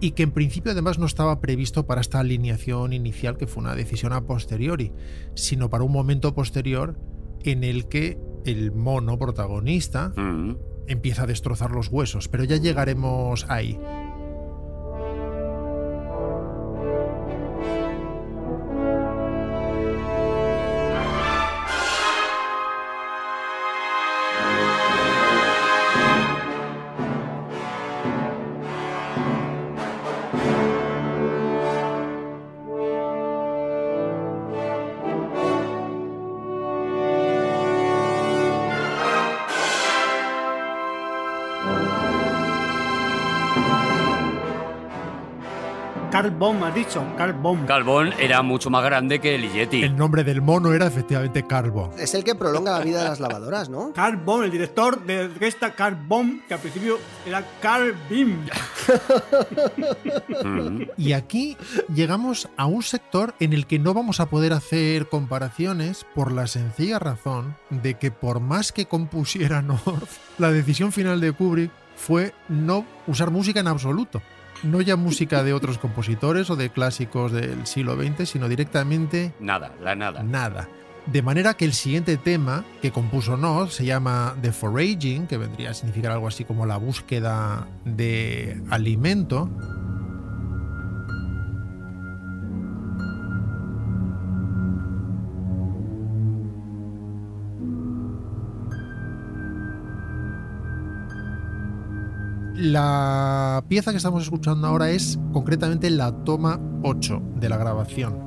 S3: y que en principio además no estaba previsto para esta alineación inicial que fue una decisión a posteriori, sino para un momento posterior en el que el mono protagonista
S1: Ujú.
S3: empieza a destrozar los huesos, pero ya llegaremos ahí.
S2: Carl Baum, has dicho. Carl Baum.
S1: Calvón era mucho más grande que Ligeti.
S3: El nombre del mono era efectivamente Carbon.
S4: Es el que prolonga la vida de las lavadoras, ¿no?
S2: Carl Baum, el director de orquesta Carl Baum, que al principio era Carl Bim.
S1: Ujú.
S3: Y aquí llegamos a un sector en el que no vamos a poder hacer comparaciones por la sencilla razón de que por más que compusiera North, la decisión final de Kubrick fue no usar música en absoluto. No ya música de otros compositores o de clásicos del siglo XX, sino directamente
S1: Nada, la nada.
S3: nada. De manera que el siguiente tema que compuso North se llama The Foraging, que vendría a significar algo así como la búsqueda de alimento. La pieza que estamos escuchando ahora es concretamente la toma 8 de la grabación.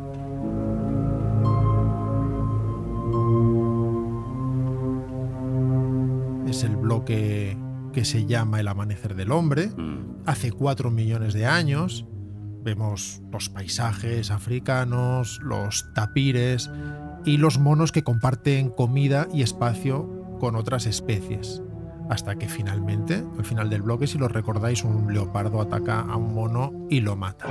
S3: es el bloque que se llama El Amanecer del Hombre,
S1: Mm.
S3: hace 4 millones de años, Vemos los paisajes africanos, los tapires y los monos que comparten comida y espacio con otras especies. Hasta que finalmente, al final del bloque, si lo recordáis, un leopardo ataca a un mono y lo mata.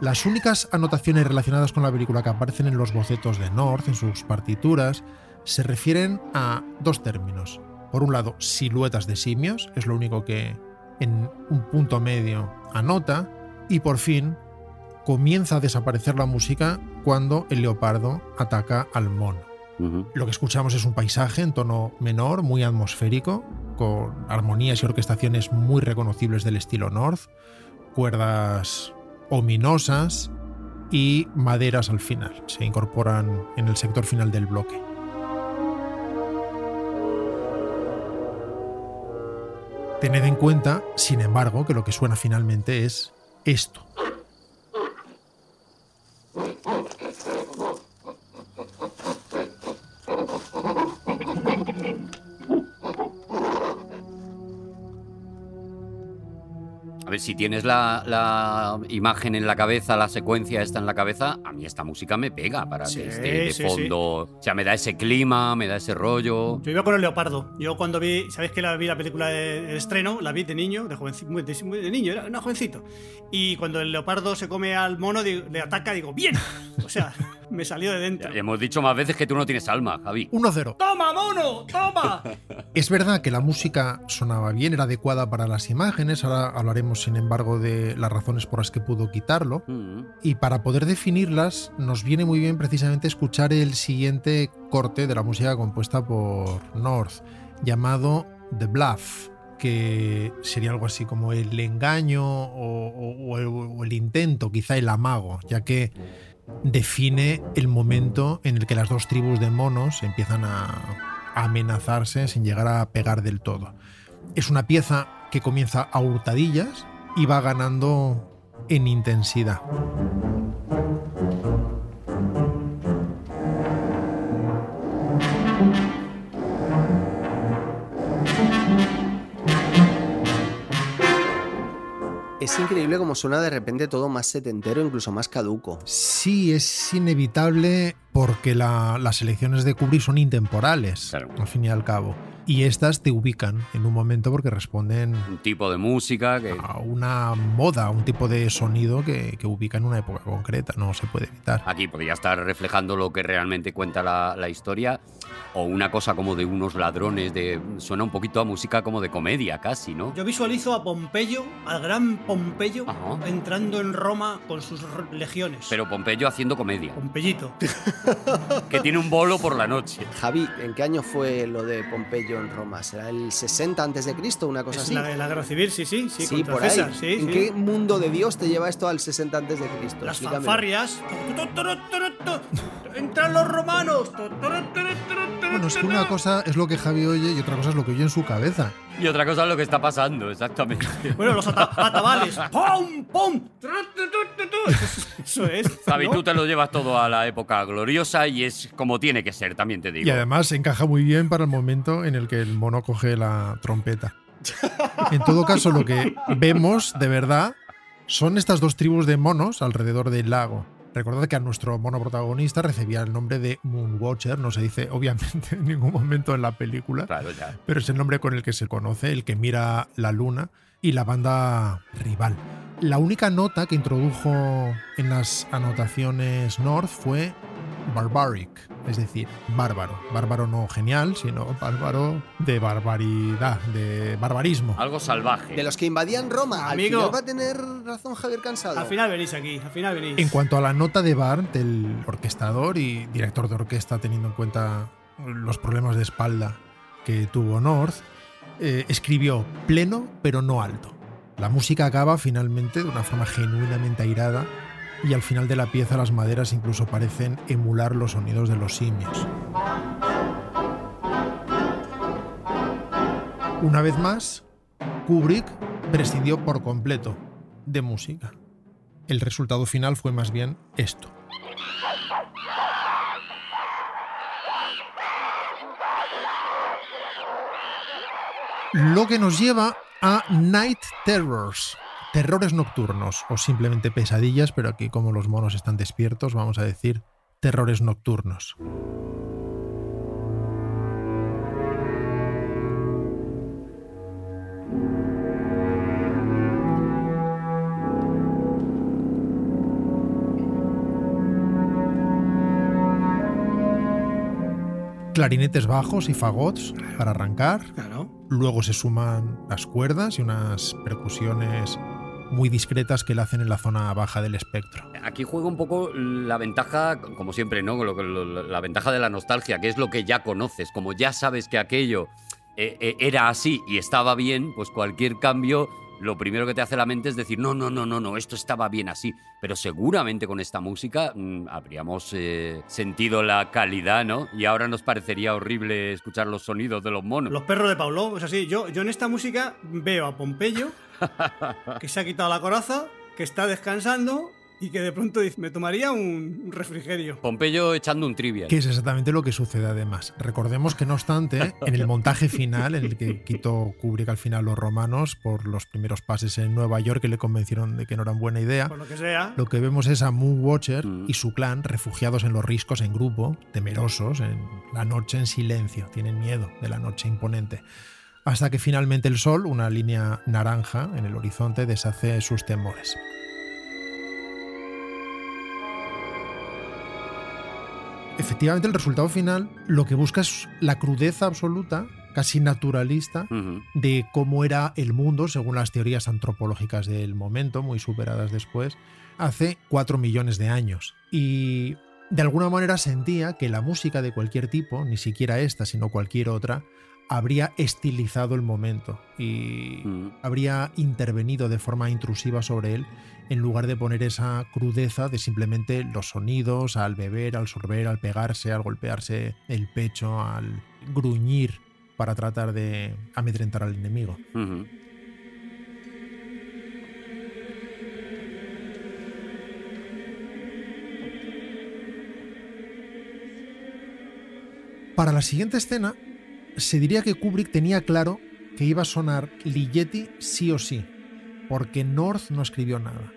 S3: Las únicas anotaciones relacionadas con la película que aparecen en los bocetos de North, en sus partituras, se refieren a dos términos. Por un lado, siluetas de simios, es lo único que en un punto medio anota, y por fin comienza a desaparecer la música cuando el leopardo ataca al mono.
S1: Ujú.
S3: Lo que escuchamos es un paisaje en tono menor, muy atmosférico, con armonías y orquestaciones muy reconocibles del estilo North, cuerdas ominosas y maderas al final. Se incorporan en el sector final del bloque. Tened en cuenta, sin embargo, que lo que suena finalmente es esto.
S1: A ver, si tienes la, la imagen en la cabeza, la secuencia está en la cabeza, a mí esta música me pega para
S2: Sí,
S1: que esté de
S2: sí, sí.
S1: fondo. O sea, me da ese clima, me da ese rollo.
S2: Yo iba con el leopardo. Yo cuando vi, ¿sabéis que la vi la película de, el estreno? La vi de niño, de jovencito, muy, de, muy de niño, era no, jovencito. Y cuando el leopardo se come al mono, digo- le ataca, digo, ¡bien! O sea, me salió de
S1: Ya
S2: dentro.
S1: hemos dicho más veces que tú no tienes alma, Javi.
S3: 1-0.
S2: ¡Toma, mono! ¡Toma!
S3: Es verdad que la música sonaba bien, era adecuada para las imágenes, ahora hablaremos sin embargo de las razones por las que pudo quitarlo,
S1: Mm.
S3: y para poder definirlas nos viene muy bien precisamente escuchar el siguiente corte de la música compuesta por North, llamado The Bluff, que sería algo así como el engaño o, o- o el, o el intento, quizá el amago, ya que define el momento en el que las dos tribus de monos empiezan a amenazarse sin llegar a pegar del todo. Es una pieza que comienza a hurtadillas y va ganando en intensidad.
S4: Es increíble como suena de repente todo más setentero, incluso más caduco.
S3: Sí, es inevitable porque la- las elecciones de Kubrick son intemporales,
S1: Claro.
S3: al fin y al cabo. Y estas te ubican en un momento porque responden
S1: Un tipo de música que.
S3: a una moda, a un tipo de sonido que, que ubica en una época concreta, no se puede evitar.
S1: Aquí podría estar reflejando lo que realmente cuenta la, la historia, o una cosa como de unos ladrones, de suena un poquito a música como de comedia casi, ¿no?
S2: Yo visualizo a Pompeyo, al gran Pompeyo,
S1: Ajá.
S2: entrando en Roma con sus r- legiones.
S1: Pero Pompeyo haciendo comedia,
S2: Pompeyito.
S1: que tiene un bolo por la noche.
S4: Javi, ¿en qué año fue lo de Pompeyo en Roma? ¿Será el 60 antes de Cristo, una cosa
S2: Es
S4: así?
S2: la, la guerra civil, sí, sí, sí,
S4: sí,
S2: contra
S4: por ahí.
S2: César, sí,
S4: ¿En
S2: sí.
S4: qué mundo de Dios te lleva esto al 60 antes de Cristo?
S2: Las
S4: Explícamelo.
S2: fanfarrias. ¡Entran los romanos!
S3: Bueno, es que una cosa es lo que Javi oye y otra cosa es lo que oye en su cabeza.
S1: Y otra cosa es lo que está pasando, exactamente.
S2: Bueno, los ata- atabales. ¡Pum! ¡Pum! Eso es.
S1: Javi,
S2: ¿no?
S1: tú te lo llevas todo a la época gloriosa y es como tiene que ser, también te digo.
S3: Y además encaja muy bien para el momento en el que el mono coge la trompeta. En todo caso, lo que vemos de verdad son estas dos tribus de monos alrededor del lago. Recordad que a nuestro mono protagonista recibía el nombre de Moonwatcher, no se dice obviamente en ningún momento en la película,
S1: Claro, ya.
S3: pero es el nombre con el que se conoce, el que mira la luna y la banda rival. La única nota que introdujo en las anotaciones North fue barbaric, es decir, bárbaro. Bárbaro no genial, sino bárbaro de barbaridad, de barbarismo.
S1: Algo salvaje.
S4: De los que invadían Roma.
S2: Amigo.
S4: Al final va a tener razón Javier Cansado.
S2: Al final venís aquí, al final venís.
S3: En cuanto a la nota de bar del orquestador y director de orquesta, teniendo en cuenta los problemas de espalda que tuvo North, eh, escribió pleno pero no alto. La música acaba finalmente de una forma genuinamente airada y al final de la pieza las maderas incluso parecen emular los sonidos de los simios. Una vez más, Kubrick prescindió por completo de música el resultado final fue más bien esto. Lo que nos lleva a Night Terrors, terrores nocturnos o simplemente pesadillas, pero aquí como los monos están despiertos, vamos a decir terrores nocturnos. Clarinetes bajos y fagots para arrancar.
S2: Claro.
S3: Luego se suman las cuerdas y unas percusiones muy discretas que le hacen en la zona baja del espectro.
S1: Aquí juega un poco la ventaja, como siempre, ¿no? Lo que- lo- la, la ventaja de la nostalgia, que es lo que ya conoces. Como ya sabes que aquello eh, eh, era así y estaba bien, pues cualquier cambio, lo primero que te hace la mente es decir, no, no, no, no, no, esto estaba bien así. Pero seguramente con esta música mm, habríamos eh, sentido la calidad, ¿no? Y ahora nos parecería horrible escuchar los sonidos de los monos.
S2: Los perros de Pablo, es así. Yo, yo en esta música veo a Pompeyo, que se ha quitado la coraza, que está descansando y que de pronto dice, me tomaría un un refrigerio.
S1: Pompeyo echando un trivial.
S3: Que es exactamente lo que sucede además. Recordemos que no obstante, en el montaje final, en el que quitó Kubrick al final los romanos por los primeros pases en Nueva York que le convencieron de que no eran buena idea,
S2: Por lo que sea.
S3: lo que vemos es a Moonwatcher
S1: Mm.
S3: y su clan refugiados en los riscos en grupo, temerosos, en la noche en silencio, tienen miedo de la noche imponente. Hasta que finalmente el sol, una línea naranja en el horizonte, deshace sus temores. Efectivamente, el resultado final lo que busca es la crudeza absoluta, casi naturalista,
S1: Ujú.
S3: de cómo era el mundo según las teorías antropológicas del momento, muy superadas después, hace 4 millones de años. Y de alguna manera sentía que la música de cualquier tipo, ni siquiera esta, sino cualquier otra, habría estilizado el momento y
S1: Ujú.
S3: habría intervenido de forma intrusiva sobre él en lugar de poner esa crudeza de simplemente los sonidos al beber, al sorber, al pegarse, al golpearse el pecho, al gruñir para tratar de amedrentar al enemigo.
S1: Ujú.
S3: Para la siguiente escena, se diría que Kubrick tenía claro que iba a sonar Ligeti sí o sí, porque North no escribió nada.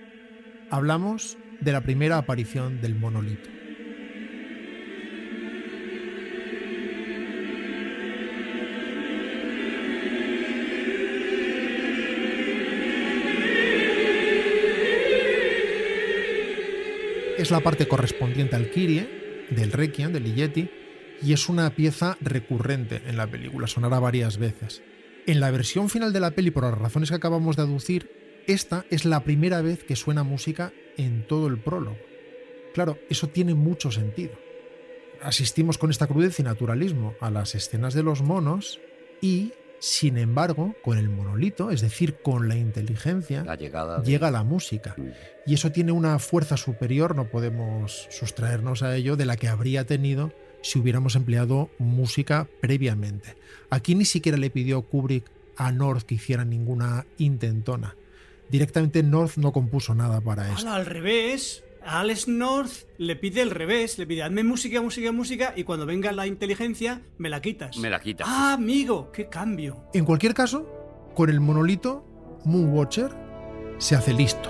S3: Hablamos de la primera aparición del monolito. Es la parte correspondiente al Kyrie, del Requiem, del Ligeti, y es una pieza recurrente en la película, sonará varias veces. En la versión final de la peli, por las razones que acabamos de aducir, esta es la primera vez que suena música en todo el prólogo. Claro, eso tiene mucho sentido. Asistimos con esta crudeza y naturalismo a las escenas de los monos y, sin embargo, con el monolito, es decir, con la inteligencia,
S1: La llegada. de-
S3: llega la música.
S1: Mm.
S3: Y eso tiene una fuerza superior, no podemos sustraernos a ello, de la que habría tenido si hubiéramos empleado música previamente. Aquí ni siquiera le pidió Kubrick a North que hiciera ninguna intentona. Directamente North no compuso nada para esto.
S2: Ala, al revés. A Alex North le pide el revés, le pide hazme música, música, música y cuando venga la inteligencia me la quitas.
S1: Me la quitas.
S2: Ah, amigo, qué cambio.
S3: En cualquier caso, con el monolito, Moonwatcher se hace listo.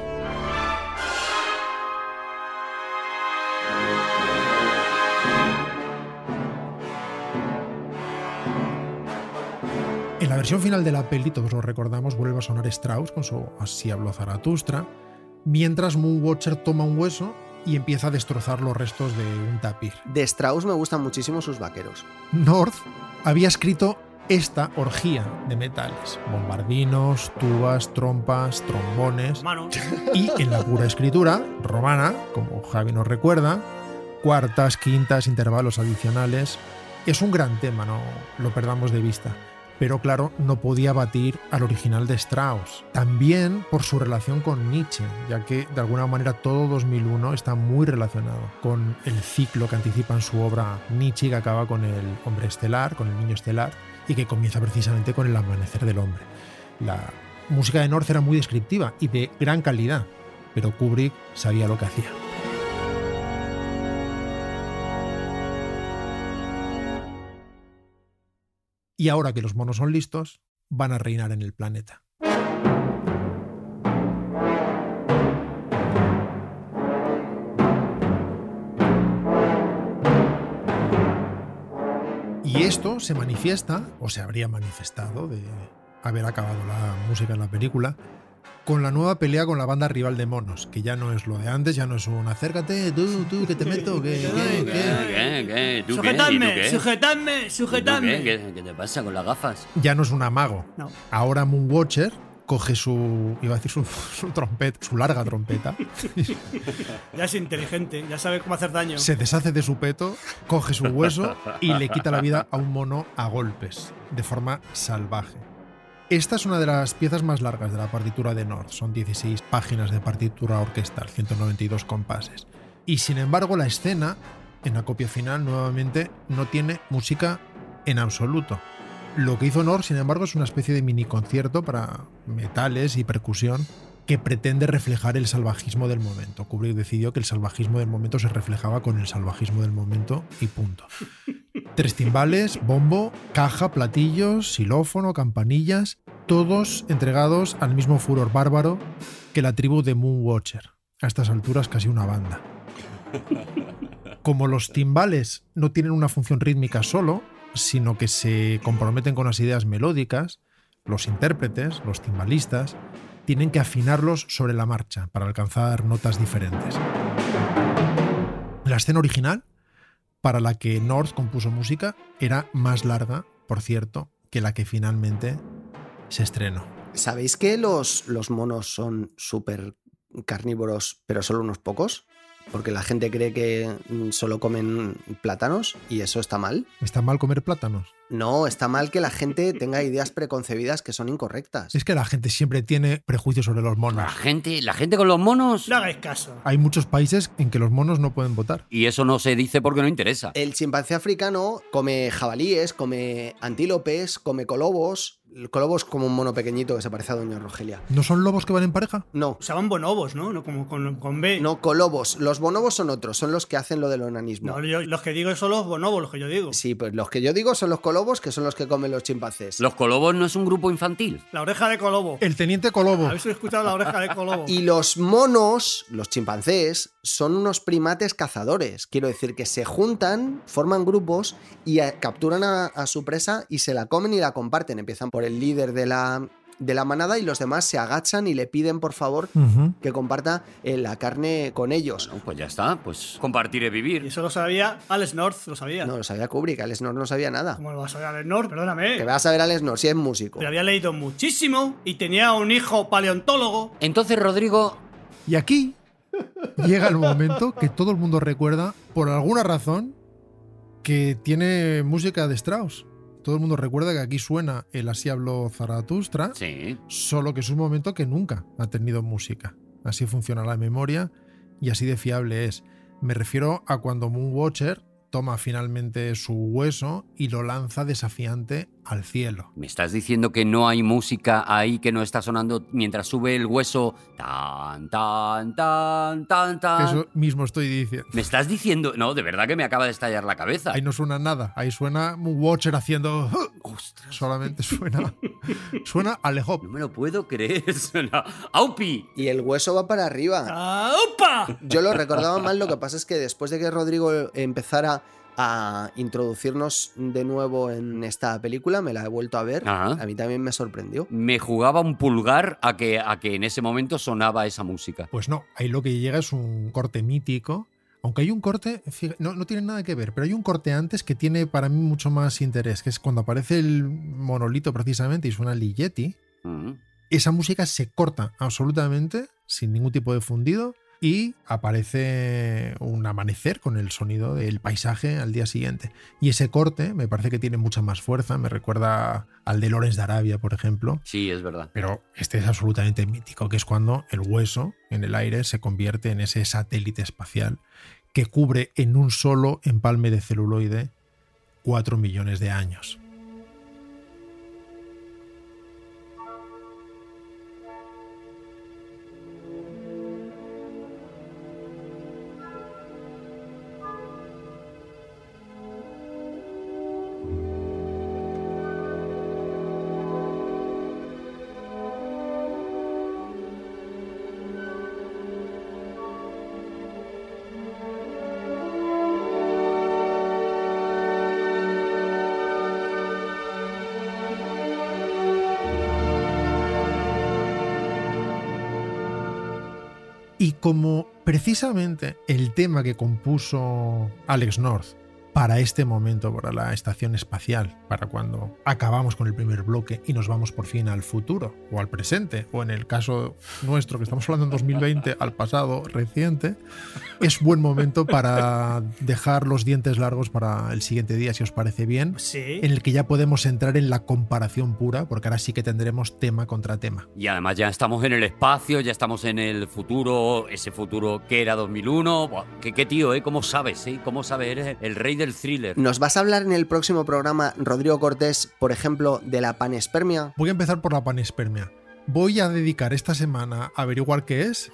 S3: En la versión final de la peli, todos lo recordamos, vuelve a sonar Strauss con su Así habló Zaratustra, mientras Moonwatcher toma un hueso y empieza a destrozar los restos de un tapir.
S4: De Strauss me gustan muchísimo sus vaqueros.
S3: North había escrito esta orgía de metales, bombardinos, tubas, trompas, trombones,
S2: Manos.
S3: y en la pura escritura romana, como Javi nos recuerda, cuartas, quintas, intervalos adicionales, es un gran tema, no lo perdamos de vista. Pero claro, no podía batir al original de Strauss. También por su relación con Nietzsche, ya que de alguna manera todo 2001 está muy relacionado con el ciclo que anticipa en su obra Nietzsche, que acaba con el hombre estelar, con el niño estelar, y que comienza precisamente con el amanecer del hombre. La música de North era muy descriptiva y de gran calidad, pero Kubrick sabía lo que hacía. Y ahora que los monos son listos, van a reinar en el planeta. Y esto se manifiesta, o se habría manifestado de haber acabado la música en la película, con la nueva pelea con la banda rival de monos, que ya no es lo de antes, ya no es un acércate, tú, tú, que te meto, que, que, que".
S1: ¿Qué? ¿Qué? ¿Tú qué? ¿Y tú
S8: Sujetadme,
S1: qué?
S8: sujetadme,
S1: ¿Tú qué?
S8: sujetadme.
S1: ¿Qué- ¿Qué te pasa con las gafas?
S3: Ya no es un amago.
S2: No.
S3: Ahora Moonwatcher coge su, iba a decir su, su trompeta, su larga trompeta,
S2: Ya es inteligente, ya sabe cómo hacer daño.
S3: se deshace de su peto, coge su hueso y le quita la vida a un mono a golpes, de forma salvaje. Esta es una de las piezas más largas de la partitura de North, son 16 páginas de partitura orquestal, 192 compases. Y sin embargo la escena, en la copia final, nuevamente no tiene música en absoluto. Lo que hizo North, sin embargo, es una especie de mini concierto para metales y percusión que pretende reflejar el salvajismo del momento. Kubrick decidió que el salvajismo del momento se reflejaba con el salvajismo del momento y punto. Tres timbales, bombo, caja, platillos, xilófono, campanillas, todos entregados al mismo furor bárbaro que la tribu de Moonwatcher, a estas alturas casi una banda. Como los timbales no tienen una función rítmica solo, sino que se comprometen con las ideas melódicas, los intérpretes, los timbalistas, tienen que afinarlos sobre la marcha para alcanzar notas diferentes. La escena original, para la que North compuso música, era más larga, por cierto, que la que finalmente se estrenó.
S4: ¿Sabéis que los, los monos son súper carnívoros, pero solo unos pocos? Porque la gente cree que mm, solo comen plátanos y eso está mal.
S3: ¿Está mal comer plátanos?
S4: No, está mal que la gente tenga ideas preconcebidas que son incorrectas.
S3: Es que la gente siempre tiene prejuicios sobre los
S1: La
S3: monos.
S1: gente, la gente con los monos.
S2: No hagáis caso.
S3: Hay muchos países en que los monos no pueden votar.
S1: Y eso no se dice porque no interesa.
S4: El chimpancé africano come jabalíes, come antílopes, come colobos. El colobo es como un mono pequeñito que se parece a Doña Rogelia.
S3: ¿No son lobos que van en pareja?
S4: No,
S2: Usaban bonobos, ¿no? No, Como con, con B.
S4: no colobos. Los bonobos son otros, son los que hacen lo del onanismo.
S2: No, yo- los que digo son los bonobos, los que yo digo.
S4: Sí, pues los que yo digo son los colobos, que son los que comen los chimpancés.
S1: Los colobos no es un grupo infantil.
S2: La oreja de Colobo.
S3: El teniente Colobo.
S2: ¿Habéis escuchado la oreja de Colobo?
S4: Y los monos, los chimpancés, son unos primates cazadores. Quiero decir que se juntan, forman grupos y a- capturan a, a su presa y se la comen y la comparten. Empiezan por el líder de la, de la manada y los demás se agachan y le piden por favor
S3: Ujú.
S4: que comparta eh, la carne con ellos.
S1: Bueno, pues ya está, pues compartir es
S2: Y
S1: vivir.
S2: eso lo sabía Alex North, lo sabía.
S4: No lo sabía Kubrick, Alex North no sabía nada.
S2: ¿Cómo lo vas a saber Alex North? Perdóname.
S4: Que vas a ver a Alex North si es músico.
S2: Pero había leído muchísimo y tenía un hijo paleontólogo.
S1: Entonces, Rodrigo,
S3: Y aquí llega el momento que todo el mundo recuerda, por alguna razón, que tiene música de Strauss. Todo el mundo recuerda que aquí suena el Así habló Zaratustra,
S1: sí,
S3: solo que es un momento que nunca ha tenido música. Así funciona la memoria y así de fiable es. Me refiero a cuando Moonwatcher toma finalmente su hueso y lo lanza desafiante al cielo.
S1: me estás diciendo que no hay música ahí que no está sonando mientras sube el hueso. Tan, tan, tan, tan, tan.
S3: Eso mismo estoy diciendo.
S1: Me estás diciendo. No, de verdad que me acaba de estallar la cabeza.
S3: Ahí no suena nada, ahí suena Moonwatcher haciendo...
S1: Ostras,
S3: solamente suena suena Alejop.
S1: no me lo puedo creer. Suena. ¡Aupi!
S4: Y el hueso va para arriba.
S2: ¡Ah, ¡Opa!
S4: Yo lo recordaba mal, lo que pasa es que después de que Rodrigo empezara a introducirnos de nuevo en esta película, me la he vuelto a ver,
S1: Ajá.
S4: a mí también me sorprendió.
S1: Me jugaba un pulgar a que, a que en ese momento sonaba esa música.
S3: Pues no, ahí lo que llega es un corte mítico. Aunque hay un corte, fija- no, no tiene nada que ver, pero hay un corte antes que tiene para mí mucho más interés, que es cuando aparece el monolito precisamente y suena Ligeti.
S1: Mm.
S3: Esa música se corta absolutamente, sin ningún tipo de fundido, y aparece un amanecer con el sonido del paisaje al día siguiente. Y ese corte me parece que tiene mucha más fuerza, me recuerda al de Lawrence de Arabia, por ejemplo,
S1: Sí, es verdad.
S3: Pero este es absolutamente mítico, que es cuando el hueso en el aire se convierte en ese satélite espacial que cubre en un solo empalme de celuloide 4 millones de años. Y como precisamente el tema que compuso Alex North para este momento, para la estación espacial, para cuando acabamos con el primer bloque y nos vamos por fin al futuro o al presente, o en el caso nuestro que estamos hablando en 2020, al pasado reciente, es buen momento para dejar los dientes largos para el siguiente día, si os parece bien,
S2: Sí.
S3: en el que ya podemos entrar en la comparación pura, porque ahora sí que tendremos tema contra tema.
S1: Y además ya estamos en el espacio, ya estamos en el futuro, ese futuro que era 2001. Buah, qué, qué tío, ¿eh? ¿Cómo sabes, eh? ¿Cómo sabes? Eres el- el rey del thriller.
S4: ¿Nos vas a hablar en el próximo programa, Rodrigo Cortés, por ejemplo, de la panespermia?
S3: Voy a empezar por la panespermia. Voy a dedicar esta semana a averiguar qué es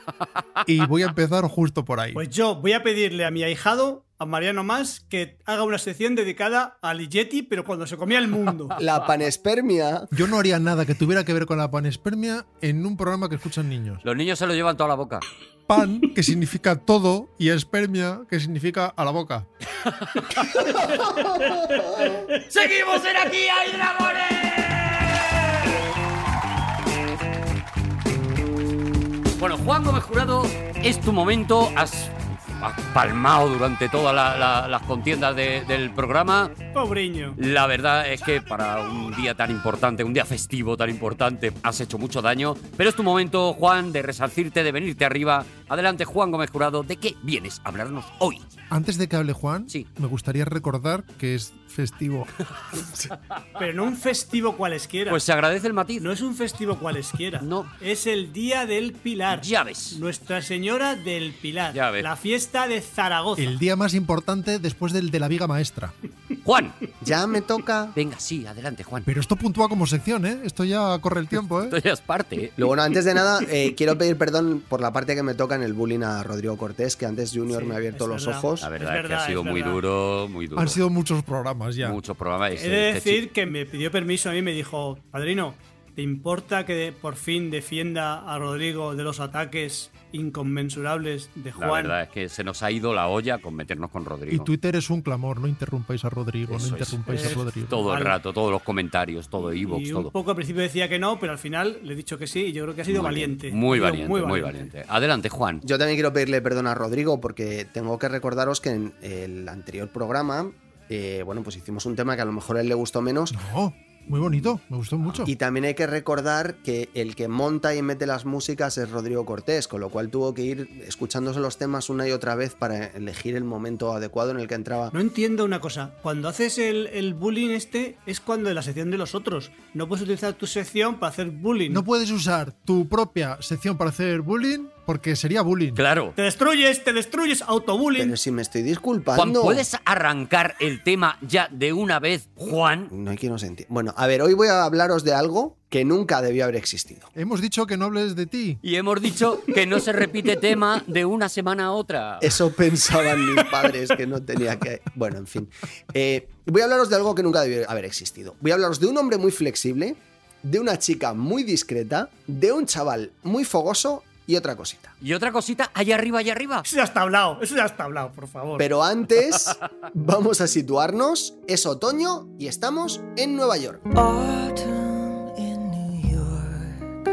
S3: y voy a empezar justo por ahí.
S2: Pues yo voy a pedirle a mi ahijado, a Mariano Más, que haga una sección dedicada a Ligeti, pero cuando se comía el mundo.
S4: La panespermia.
S3: Yo no haría nada que tuviera que ver con la panespermia en un programa que escuchan niños.
S1: Los niños se lo llevan toda la boca.
S3: Pan, que significa todo, y espermia, que significa a la boca.
S1: ¡Seguimos en aquí, hay dragones! Bueno, Juan Gómez Jurado, es tu momento. Has, has palmado durante todas la- la- las contiendas de- del programa.
S2: Pobreño.
S1: La verdad es que para un día tan importante, un día festivo tan importante, has hecho mucho daño. Pero es tu momento, Juan, de resarcirte, de venirte arriba. Adelante, Juan Gómez Jurado, ¿de qué vienes a hablarnos hoy?
S3: Antes de que hable Juan,
S1: Sí.
S3: me gustaría recordar que es festivo.
S2: Pero no un festivo cualesquiera.
S1: Pues se agradece el matiz.
S2: no es un festivo cualesquiera.
S1: No.
S2: Es el Día del Pilar.
S1: Ya ves.
S2: Nuestra Señora del Pilar.
S1: Ya ves.
S2: La fiesta de Zaragoza.
S3: El día más importante después del de la viga maestra.
S1: Juan,
S4: Ya me toca.
S1: venga, sí, adelante, Juan.
S3: Pero esto puntúa como sección, ¿eh? Esto ya corre el tiempo, ¿eh?
S1: Esto ya es parte, ¿eh?
S4: Lo bueno, antes de nada, eh, quiero pedir perdón por la parte que me toca en el bullying a Rodrigo Cortés, que antes Junior
S2: Sí,
S4: me ha abierto
S2: es
S4: los
S2: verdad.
S4: ojos.
S1: La verdad
S2: Es
S1: es, que
S2: verdad,
S1: ha sido
S2: es
S1: muy
S2: verdad.
S1: duro, muy duro.
S3: Han sido muchos programas ya.
S1: muchos programas. Este,
S2: He de decir que me pidió permiso a mí, me dijo, padrino, ¿te importa que de- por fin defienda a Rodrigo de los ataques inconmensurables de
S1: la
S2: Juan?
S1: verdad es que se nos ha ido la olla con meternos con
S3: Y
S1: Rodrigo.
S3: Twitter es un clamor, no interrumpáis a Rodrigo,
S1: Eso
S3: no
S1: es.
S3: interrumpáis a
S2: Eh,
S3: Rodrigo.
S1: Todo el
S2: Vale.
S1: rato, todos los comentarios, todo Evox,
S2: y un
S1: todo.
S2: poco al principio decía que no, pero al final le he dicho que sí y yo creo que ha sido
S1: Muy bien,
S2: valiente. Ha
S1: Muy
S2: sido
S1: valiente, muy valiente. Adelante, Juan.
S4: Yo también quiero pedirle perdón a Rodrigo porque tengo que recordaros que en el anterior programa, eh, bueno, pues hicimos un tema que a lo mejor a él le gustó menos.
S3: No, muy bonito, me gustó mucho.
S4: Y también hay que recordar que el que monta y mete las músicas es Rodrigo Cortés, con lo cual tuvo que ir escuchándose los temas una y otra vez para elegir el momento adecuado en el que entraba.
S2: No entiendo una cosa. Cuando haces el, el bullying este es cuando en la sección de los otros. No puedes utilizar tu sección para hacer bullying.
S3: No puedes usar tu propia sección para hacer bullying porque sería bullying.
S1: Claro.
S2: te destruyes, te destruyes, autobullying.
S4: Pero si me estoy
S1: Juan,
S4: disculpando.
S1: ¿puedes arrancar el tema ya de una vez, Juan?
S4: No hay quien nos entienda. Bueno, a ver, hoy voy a hablaros de algo que nunca debió haber existido.
S3: Hemos dicho que no hables de ti.
S1: Y hemos dicho que no se repite tema de una semana a otra.
S4: Eso pensaban mis padres que no tenía que. Bueno, en fin. Eh, voy a hablaros de algo que nunca debió haber existido. Voy a hablaros de un hombre muy flexible, de una chica muy discreta, de un chaval muy fogoso y otra cosita.
S1: Y otra cosita, allá arriba, allá arriba.
S2: Eso ya está hablado, eso ya está hablado, por favor.
S4: Pero antes, vamos a situarnos. Es otoño y estamos en Nueva York.
S8: Autumn in New York.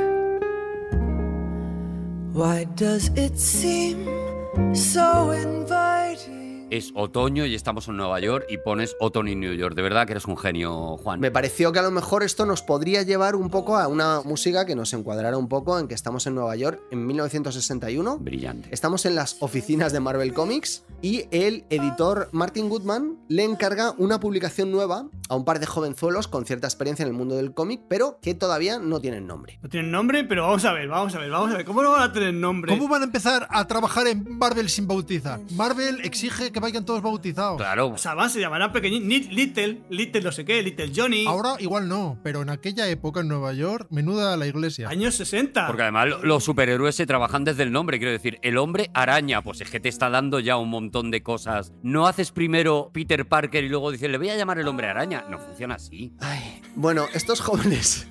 S8: Why does it seem so inviting?
S1: Es otoño y estamos en Nueva York y pones Otoño en New York. De verdad que eres un genio, Juan.
S4: Me pareció que a lo mejor esto nos podría llevar un poco a una música que nos encuadrara un poco en que estamos en Nueva York en 1961.
S1: Brillante.
S4: Estamos en las oficinas de Marvel Comics y el editor Martin Goodman le encarga una publicación nueva a un par de jovenzuelos con cierta experiencia en el mundo del cómic, pero que todavía no tienen nombre.
S2: No tienen nombre, pero vamos a ver, vamos a ver, vamos a ver. ¿Cómo no van a tener nombre?
S3: ¿Cómo van a empezar a trabajar en Marvel sin bautizar? Marvel exige que vayan todos bautizados.
S1: Claro.
S2: O sea, van, se llamarán pequeñitos. Little, Little no sé qué, Little Johnny.
S3: Ahora igual no, pero en aquella época en Nueva York, menuda la iglesia.
S2: Años 60.
S1: Porque además lo- los superhéroes se trabajan desde el nombre, quiero decir, el hombre araña, pues es que te está dando ya un montón de cosas. No haces primero Peter Parker y luego dices, le voy a llamar el hombre araña. No funciona así.
S4: Ay. Bueno, estos jóvenes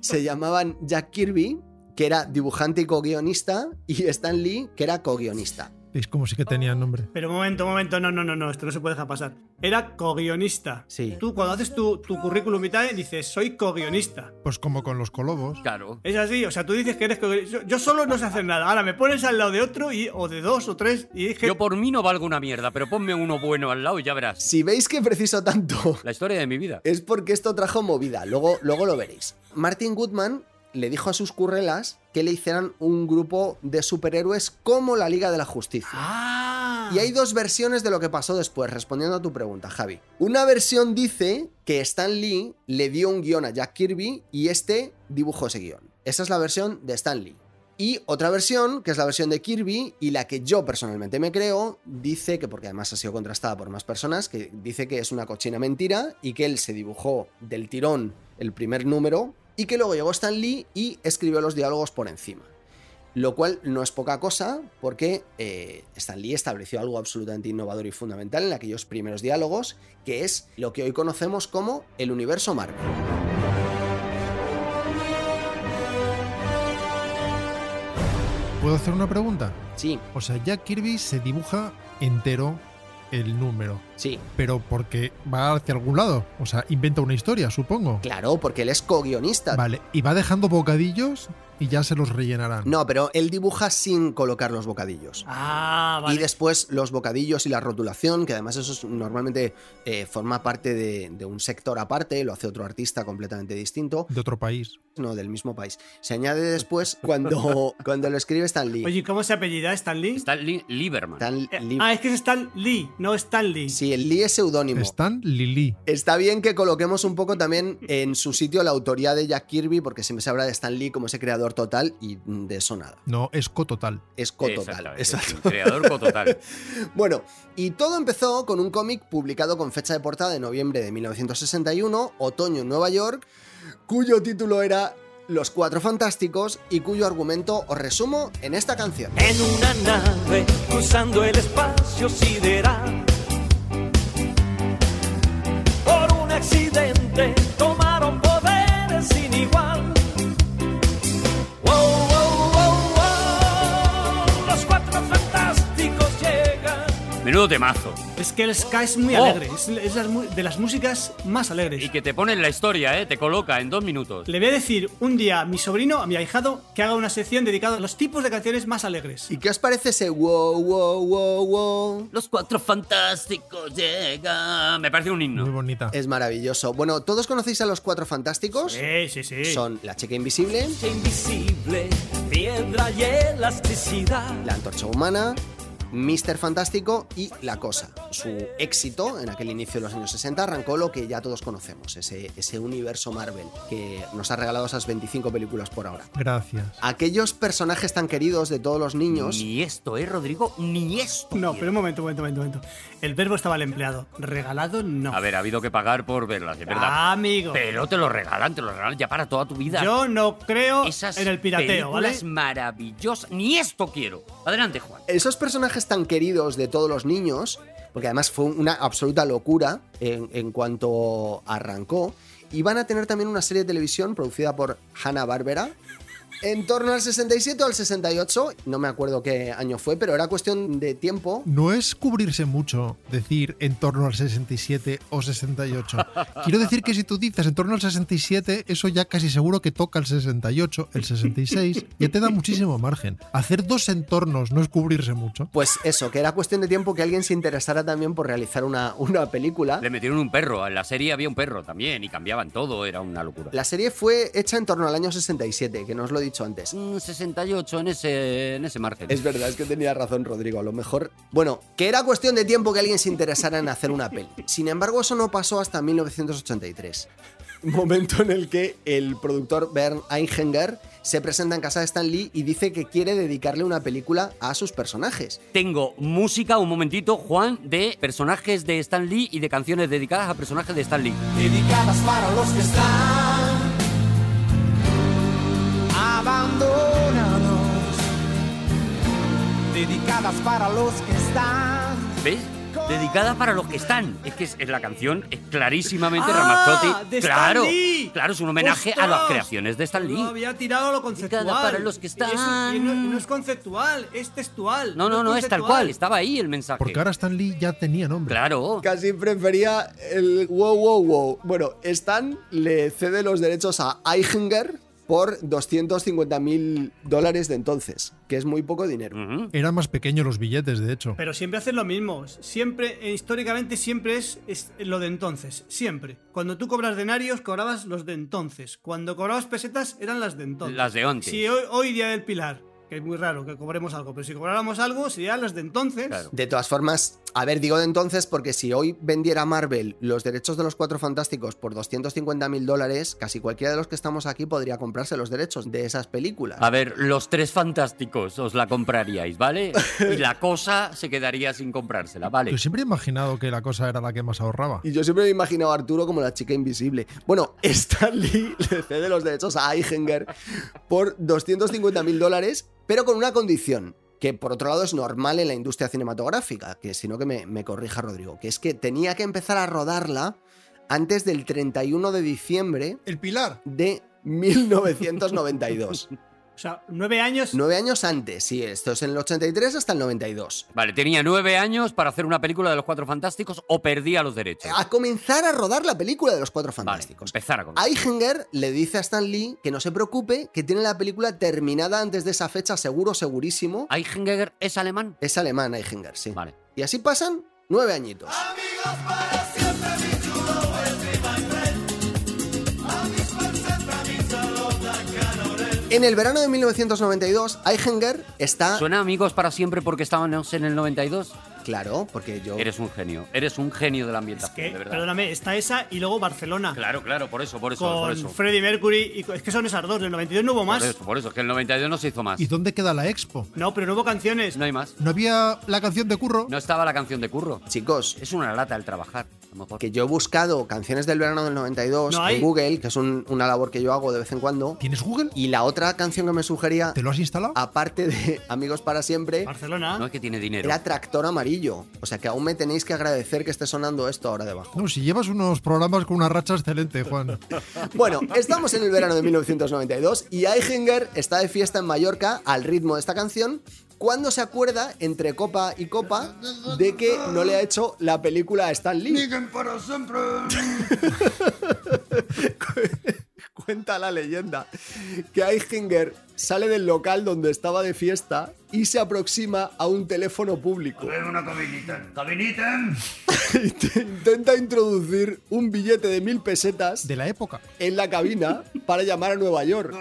S4: se llamaban Jack Kirby, que era dibujante y co-guionista, y Stan Lee, que era co-guionista.
S3: Es como sí que tenía nombre.
S2: Pero un momento, un momento, no, no, no, no, esto no se puede dejar pasar. Era co-guionista.
S4: Sí.
S2: Tú cuando haces tu, tu currículum y tal, dices, soy co-guionista.
S3: Pues como con los colobos.
S1: Claro.
S2: Es así, o sea, tú dices que eres co-guionista. Yo, yo solo no sé hacer nada. Ahora me pones al lado de otro y, o de dos o tres y dije,
S1: Yo por mí no valgo una mierda, pero ponme uno bueno al lado y ya verás.
S4: Si veis que preciso tanto,
S1: La historia de mi vida.
S4: es porque esto trajo movida. Luego, luego lo veréis. Martin Goodman le dijo a sus currelas que le hicieran un grupo de superhéroes como la Liga de la Justicia.
S2: ah,
S4: Y hay dos versiones de lo que pasó después, respondiendo a tu pregunta, Javi. Una versión dice que Stan Lee le dio un guión a Jack Kirby y este dibujó ese guión. Esa es la versión de Stan Lee. Y otra versión, que es la versión de Kirby y la que yo personalmente me creo, dice que, porque además ha sido contrastada por más personas, que dice que es una cochina mentira y que él se dibujó del tirón el primer número y que luego llegó Stan Lee y escribió los diálogos por encima. Lo cual no es poca cosa porque eh, Stan Lee estableció algo absolutamente innovador y fundamental en aquellos primeros diálogos, que es lo que hoy conocemos como el universo Marvel.
S3: ¿Puedo hacer una pregunta?
S4: Sí,
S3: O sea, Jack Kirby se dibuja entero el número,
S4: sí,
S3: pero porque va hacia algún lado. O sea, inventa una historia, supongo.
S4: claro, porque él es co-guionista.
S3: Vale, y va dejando bocadillos y ya se los rellenarán.
S4: No, pero él dibuja sin colocar los bocadillos.
S2: ah,
S4: Y
S2: vale.
S4: después los bocadillos y la rotulación, que además eso es- normalmente eh, forma parte de, de un sector aparte, lo hace otro artista completamente distinto,
S3: De otro país.
S4: no del mismo país. Se añade después cuando, cuando lo escribe Stan Lee.
S2: Oye, ¿y ¿cómo se apellida Stan Lee?
S1: Está Li- Lieberman.
S4: Stan
S2: Eh,
S4: Lee-
S2: ah, es que es Stan Lee, no Stan Lee.
S4: Sí, el Lee es seudónimo.
S3: Stan Lili.
S4: Está bien que coloquemos un poco también en su sitio la autoría de Jack Kirby, porque siempre se habla de Stan Lee como ese creador total y mm, de eso nada.
S3: No, es cototal.
S4: Es cototal.
S1: Exactamente,
S4: Exacto.
S1: el Creador cototal.
S4: Bueno, y todo empezó con un cómic publicado con fecha de portada de noviembre de 1961, otoño en Nueva York, cuyo título era Los Cuatro Fantásticos y cuyo argumento os resumo en esta canción.
S9: en una nave cruzando el espacio sideral. Por un accidente tomaron poderes sin igual. Wow, wow, wow, wow, los cuatro fantásticos llegan.
S1: Menudo temazo.
S2: Es que el Sky es muy
S1: Oh.
S2: alegre, es, es las mu- de las músicas más alegres.
S1: Y que te ponen la historia, ¿eh? Te coloca en dos minutos.
S2: Le voy a decir un día a mi sobrino, a mi ahijado, que haga una sección dedicada a los tipos de canciones más alegres.
S4: ¿Y qué os parece ese wow, wow, wow, wow?
S1: Los cuatro fantásticos llegan. Me parece un
S3: Muy
S1: himno.
S3: bonita.
S4: Es maravilloso. Bueno, ¿todos conocéis a los Cuatro Fantásticos?
S2: Sí, sí, sí.
S4: Son la chica invisible,
S9: Invisible, piedra y elasticidad.
S4: la antorcha humana, Mister Fantástico y La Cosa. Su éxito en aquel inicio de los años 60 arrancó lo que ya todos conocemos, ese, ese universo Marvel que nos ha regalado esas 25 películas por ahora. Ah.
S3: Gracias.
S4: Aquellos personajes tan queridos de todos los niños,
S1: Ni esto, ¿eh, Rodrigo? Ni esto.
S2: No,
S1: tío.
S2: pero un momento, un momento, un momento. un momento. El verbo estaba al empleado. Regalado no.
S1: A ver, ha habido que pagar por verlas, es
S2: Ah,
S1: verdad.
S2: amigo.
S1: Pero te lo regalan, te lo regalan ya para toda tu vida.
S2: Yo no creo
S1: Esas
S2: en el pirateo, ¿vale?
S1: películas maravillosas. Ni esto quiero. Adelante, Juan.
S4: esos personajes tan queridos de todos los niños, porque además fue una absoluta locura en, en cuanto arrancó, y van a tener también una serie de televisión producida por Hanna-Barbera. En torno al 67 o al 68, no me acuerdo qué año fue, pero era cuestión de tiempo.
S3: No es cubrirse mucho decir en torno al 67 o 68. Quiero decir que si tú dices en torno al 67, eso ya casi seguro que toca el 68, el 66, ya te da muchísimo margen. Hacer dos entornos no es cubrirse mucho.
S4: Pues eso, que era cuestión de tiempo que alguien se interesara también por realizar una, una película.
S1: Le metieron un perro. En la serie había un perro también y cambiaban todo. Era una locura.
S4: La serie fue hecha en torno al año 67, que no os lo he dicho antes.
S1: Mm, 68 en ese, en ese margen.
S4: Es verdad, es que tenía razón Rodrigo, a lo mejor... Bueno, que era cuestión de tiempo que alguien se interesara en hacer una peli. Sin embargo, eso no pasó hasta 1983. Momento en el que el productor Bernd Eichinger se presenta en casa de Stan Lee y dice que quiere dedicarle una película a sus personajes.
S1: Tengo música, un momentito, Juan, de personajes de Stan Lee y de canciones dedicadas a personajes de Stan Lee.
S9: Dedicadas para los que están abandonados. Dedicadas para los que están
S1: ¿Ves? dedicada para los que están. Es que es, es la canción es clarísimamente
S2: Ah,
S1: Ramazzotti.
S2: de Stan
S1: claro,
S2: Lee.
S1: claro, es un homenaje a las
S2: ¡Ostras!
S1: creaciones de Stan Lee.
S2: No había tirado a lo conceptual.
S1: para los que
S2: Y eso- Y
S1: están.
S2: no, y no es conceptual, es textual.
S1: No, no, no, es tal
S2: conceptual.
S1: cual, estaba ahí el mensaje.
S3: Porque ahora Stan Lee ya tenía nombre.
S1: Claro.
S4: Casi prefería el wow, wow, wow. Bueno, Stan le cede los derechos a Eichinger por 250 mil dólares de entonces, que es muy poco dinero.
S1: Ujú.
S3: Eran más pequeños los billetes, de hecho.
S2: Pero siempre hacen lo mismo. Siempre, e históricamente, siempre es, es lo de entonces. Siempre. Cuando tú cobras denarios, cobrabas los de entonces. Cuando cobrabas pesetas, eran las de entonces.
S1: Las de antes.
S2: Si hoy, hoy día del Pilar, que es muy raro que cobremos algo, pero si cobráramos algo, serían las de entonces.
S1: Claro.
S4: De todas formas, a ver, digo de entonces porque si hoy vendiera Marvel los derechos de los Cuatro Fantásticos por 250 mil dólares, casi cualquiera de los que estamos aquí podría comprarse los derechos de esas películas.
S1: A ver, los tres fantásticos os la compraríais, ¿vale? Y la cosa se quedaría sin comprársela, ¿vale?
S4: Pues
S3: Yo siempre he imaginado que la cosa era la que más ahorraba.
S4: Y yo siempre me he imaginado a Arturo como la chica invisible. Bueno, Stan Lee le cede los derechos a Eichinger por 250 mil dólares, pero con una condición, que por otro lado es normal en la industria cinematográfica, que si no que me, me corrija Rodrigo, que es que tenía que empezar a rodarla antes del 31 de diciembre
S3: El pilar.
S4: de 1992.
S2: O sea, nueve años.
S4: Nueve años antes, sí, esto es en el 83 hasta el 92.
S1: Vale, tenía nueve años para hacer una película de los cuatro fantásticos o perdía los derechos.
S4: A comenzar a rodar la película de los Cuatro
S1: Vale,
S4: Fantásticos.
S1: empezar a contar.
S4: Eichinger le dice a Stan Lee que no se preocupe, que tiene la película terminada antes de esa fecha, seguro, segurísimo.
S1: Eichinger es alemán.
S4: Es alemán Eichinger, sí.
S1: Vale.
S4: Y así pasan nueve añitos. En el verano de 1992, Eichinger está...
S1: ¿Suena amigos para siempre porque estábamos en el 92?
S4: Claro, porque yo...
S1: Eres un genio. Eres un genio de la ambientación,
S2: que,
S1: de verdad.
S2: perdóname, está esa y luego Barcelona.
S1: Claro, claro, por eso, por eso, por
S2: Con
S1: eso.
S2: Freddie Mercury. Y, co- es que son esas dos. Del 92 no hubo
S1: Por
S2: más.
S1: eso, por eso, que el 92 no se hizo más.
S3: ¿Y dónde queda la expo?
S2: No, pero no hubo canciones.
S1: No hay más.
S3: ¿No había la canción de Curro?
S1: No estaba la canción de Curro.
S4: Chicos,
S1: Es una lata el trabajar, a lo mejor.
S4: que yo he buscado canciones del verano del 92
S2: No hay.
S4: en Google, que es un- una labor que yo hago de vez en cuando.
S3: ¿Tienes Google?
S4: Y la otra canción que me sugería,
S3: ¿Te lo has instalado?
S1: Ah.
S4: aparte de Amigos para Siempre,
S2: Barcelona.
S1: No es que tiene dinero.
S4: era Tractor Amarillo. O sea que aún me tenéis que agradecer que esté sonando esto ahora debajo.
S3: No, si llevas unos programas con una racha excelente, Juan.
S4: Bueno, estamos en el verano de 1992 y Eichinger está de fiesta en Mallorca al ritmo de esta canción cuando se acuerda entre copa y copa de que no le ha hecho la película a Stan Lee. Cuenta la leyenda que Eichinger sale del local donde estaba de fiesta y se aproxima a un teléfono público. Y te- intenta introducir un billete de mil pesetas
S3: De la época.
S4: en la cabina para llamar a Nueva York.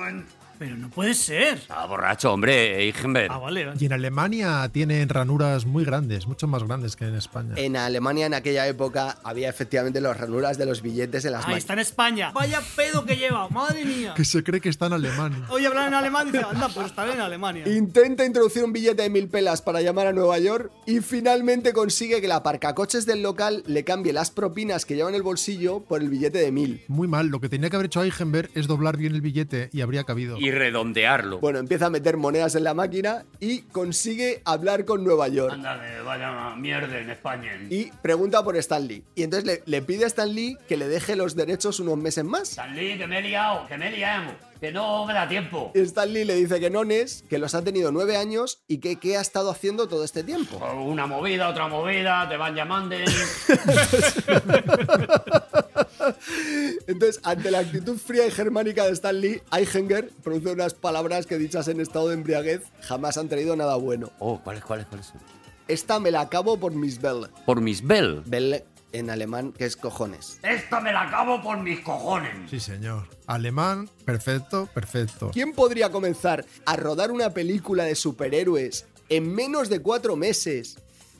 S2: Pero no puede ser.
S1: Estaba borracho, hombre, eh, Eichberg.
S2: Ah, vale. vale.
S3: Y en Alemania tienen ranuras muy grandes, mucho más grandes que en España.
S1: Eh,
S4: En Alemania en aquella época había efectivamente las ranuras de los billetes en las
S2: Ahí
S4: máquinas.
S2: está en España. Vaya pedo que lleva. Madre mía.
S3: Que se cree que está en Alemania.
S2: Hoy hablar en alemán dice, anda, pues estaré en Alemania.
S4: Intenta introducir un billete de mil pelas para llamar a Nueva York y finalmente consigue que la aparcacoches del local le cambie las propinas que lleva en el bolsillo por el billete de mil.
S3: Muy mal, lo que tenía que haber hecho Eigenberg es doblar bien el billete y habría cabido.
S1: Y redondearlo.
S4: Bueno, empieza a meter monedas en la máquina y consigue hablar con Nueva York.
S1: Ándale, vaya mierda en España.
S4: Y pregunta por Stan Lee. Y entonces le, le pide a Stan Lee que le deje los derechos unos meses más.
S1: Stanley, que me he liado, que me liamos, que no me da tiempo.
S4: Y Stan Lee le dice que no es, que los ha tenido nueve años y que qué ha estado haciendo todo este tiempo.
S1: Una movida, otra movida, te van llamando.
S4: Entonces, ante la actitud fría y germánica de Stan Lee, Eichinger pronuncia unas palabras que dichas en estado de embriaguez jamás han traído nada bueno.
S1: Oh, ¿cuáles, cuáles, cuáles son?
S4: Esta me la acabo por mis Bell.
S1: Por mis Bell.
S4: Bell en alemán, que es cojones.
S1: Esta me la acabo por mis cojones.
S3: Sí, señor. Alemán, perfecto, perfecto.
S4: ¿Quién podría comenzar a rodar una película de superhéroes en menos de cuatro meses,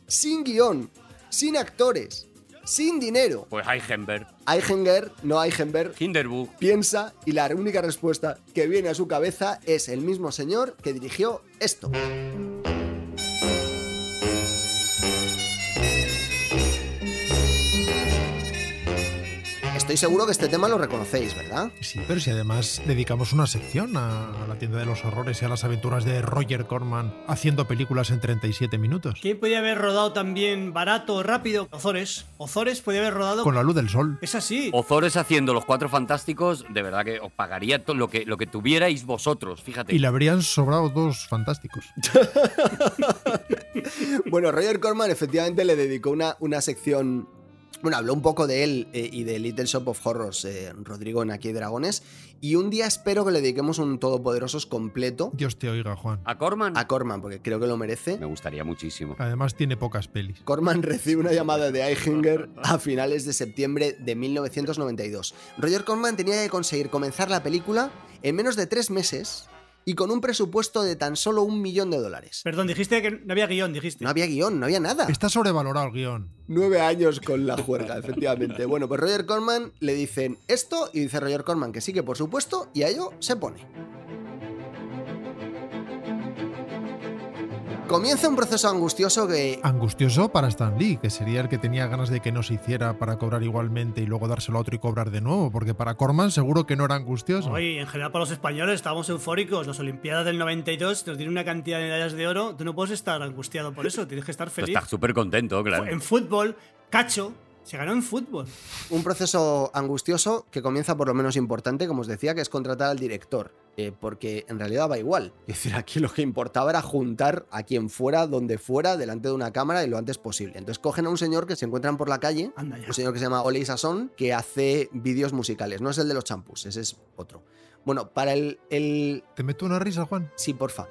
S4: sin guión, sin actores, sin dinero?
S1: Pues Heisenberg,
S4: Eichinger, no Eichhenberg,
S1: Hinderburg.
S4: piensa y la única respuesta que viene a su cabeza es el mismo señor que dirigió esto. estoy seguro que este tema lo reconocéis, ¿verdad?
S3: Sí, pero si además dedicamos una sección a la tienda de los horrores y a las aventuras de Roger Corman haciendo películas en 37 minutos.
S2: ¿Quién podía haber rodado también barato, rápido? Ozores. Ozores podía haber rodado.
S3: Con la luz del sol.
S2: Es así.
S1: Ozores haciendo los cuatro fantásticos, de verdad que os pagaría to- lo que, lo que tuvierais vosotros, fíjate.
S3: Y le habrían sobrado dos fantásticos.
S4: Bueno, Roger Corman efectivamente le dedicó una, una sección. Bueno, habló un poco de él eh, y de Little Shop of Horrors, eh, Rodrigo en Aquí hay Dragones. Y un día espero que le dediquemos un Todopoderosos completo
S3: Dios te oiga, Juan.
S1: ¿A Corman?
S4: a Corman, porque creo que lo merece.
S1: Me gustaría muchísimo.
S3: Además tiene pocas pelis.
S4: Corman recibe una llamada de Eichinger a finales de septiembre de 1992. Roger Corman tenía que conseguir comenzar la película en menos de tres meses y con un presupuesto de tan solo un millón de dólares.
S2: Perdón, dijiste que no había guión, dijiste.
S4: No había guión, no había nada.
S3: Está sobrevalorado el guión.
S4: Nueve años con la juerga, efectivamente. Bueno, pues Roger Corman le dicen esto y dice Roger Corman que sí, que por supuesto, y a ello se pone. Comienza un proceso angustioso que...
S3: Angustioso para Stan Lee, que sería el que tenía ganas de que no se hiciera para cobrar igualmente y luego dárselo a otro y cobrar de nuevo, porque para Corman seguro que no era angustioso.
S2: Oye, en general para los españoles estábamos eufóricos. Las Olimpiadas del 92 nos tienen una cantidad de medallas de oro. Tú no puedes estar angustiado por eso, tienes que estar
S1: Pero
S2: feliz.
S1: Estás súper contento, claro.
S2: En fútbol, Cacho se ganó en fútbol.
S4: Un proceso angustioso que comienza por lo menos importante, como os decía, que es contratar al director. eh, porque en realidad va igual. Es decir, aquí lo que importaba era juntar a quien fuera, donde fuera, delante de una cámara y lo antes posible. Entonces cogen a un señor que se encuentran por la calle,
S2: Anda ya.
S4: un señor que se llama Ole Sasson, que hace vídeos musicales. No es el de los champús, ese es otro. Bueno, para el, el.
S3: ¿Te meto una risa, Juan?
S4: Sí, porfa.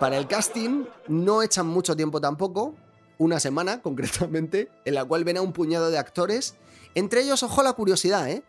S4: Para el casting no echan mucho tiempo tampoco, una semana concretamente, en la cual ven a un puñado de actores. Entre ellos, ojo a la curiosidad, ¿eh?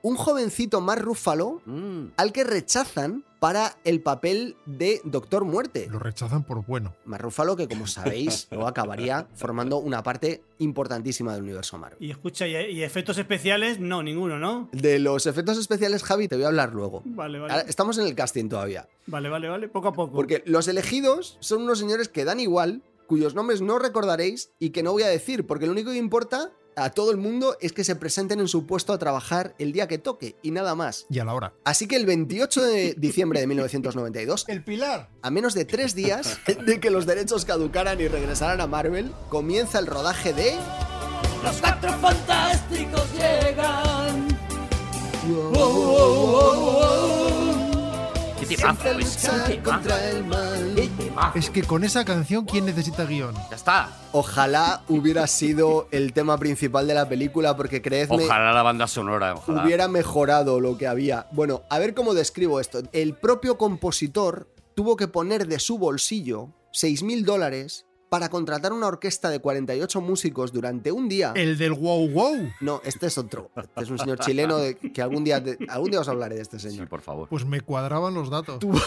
S4: Un jovencito más rúfalo
S1: Mm.
S4: al que rechazan para el papel de Doctor Muerte.
S3: Lo rechazan por bueno.
S4: Más rúfalo que, como sabéis, luego acabaría formando una parte importantísima del universo Marvel.
S2: Y escucha, y, y efectos especiales, no, ninguno, ¿no?
S4: De los efectos especiales, Javi, te voy a hablar luego.
S2: Vale,
S4: Ahora,
S2: vale.
S4: estamos en el casting todavía.
S2: Vale, vale, vale. Poco a poco.
S4: Porque los elegidos son unos señores que dan igual, cuyos nombres no recordaréis y que no voy a decir, porque lo único que importa a todo el mundo es que se presenten en su puesto a trabajar el día que toque y nada más.
S3: Y a la hora.
S4: Así que el 28 de diciembre de 1992,
S3: ¡El pilar!
S4: a menos de tres días de que los derechos caducaran y regresaran a Marvel, comienza el rodaje de...
S9: Los cuatro fantásticos llegan.
S1: ¿Qué temazo, es? ¿Qué temazo?
S4: Contra el mal.
S1: ¿Qué temazo?
S3: Es que con esa canción, ¿quién necesita guión?
S1: Ya está.
S4: Ojalá hubiera sido el tema principal de la película, porque creedme,
S1: Ojalá la banda sonora, ojalá.
S4: hubiera mejorado lo que había. Bueno, a ver cómo describo esto. El propio compositor tuvo que poner de su bolsillo 6.000 dólares para contratar una orquesta de 48 músicos durante un día.
S3: El del wow wow.
S4: No, este es otro. Este es un señor chileno de- que algún día, te- algún día os hablaré de este
S1: Sí,
S4: señor.
S1: por favor.
S3: Pues me cuadraban los datos.
S4: Tuvo,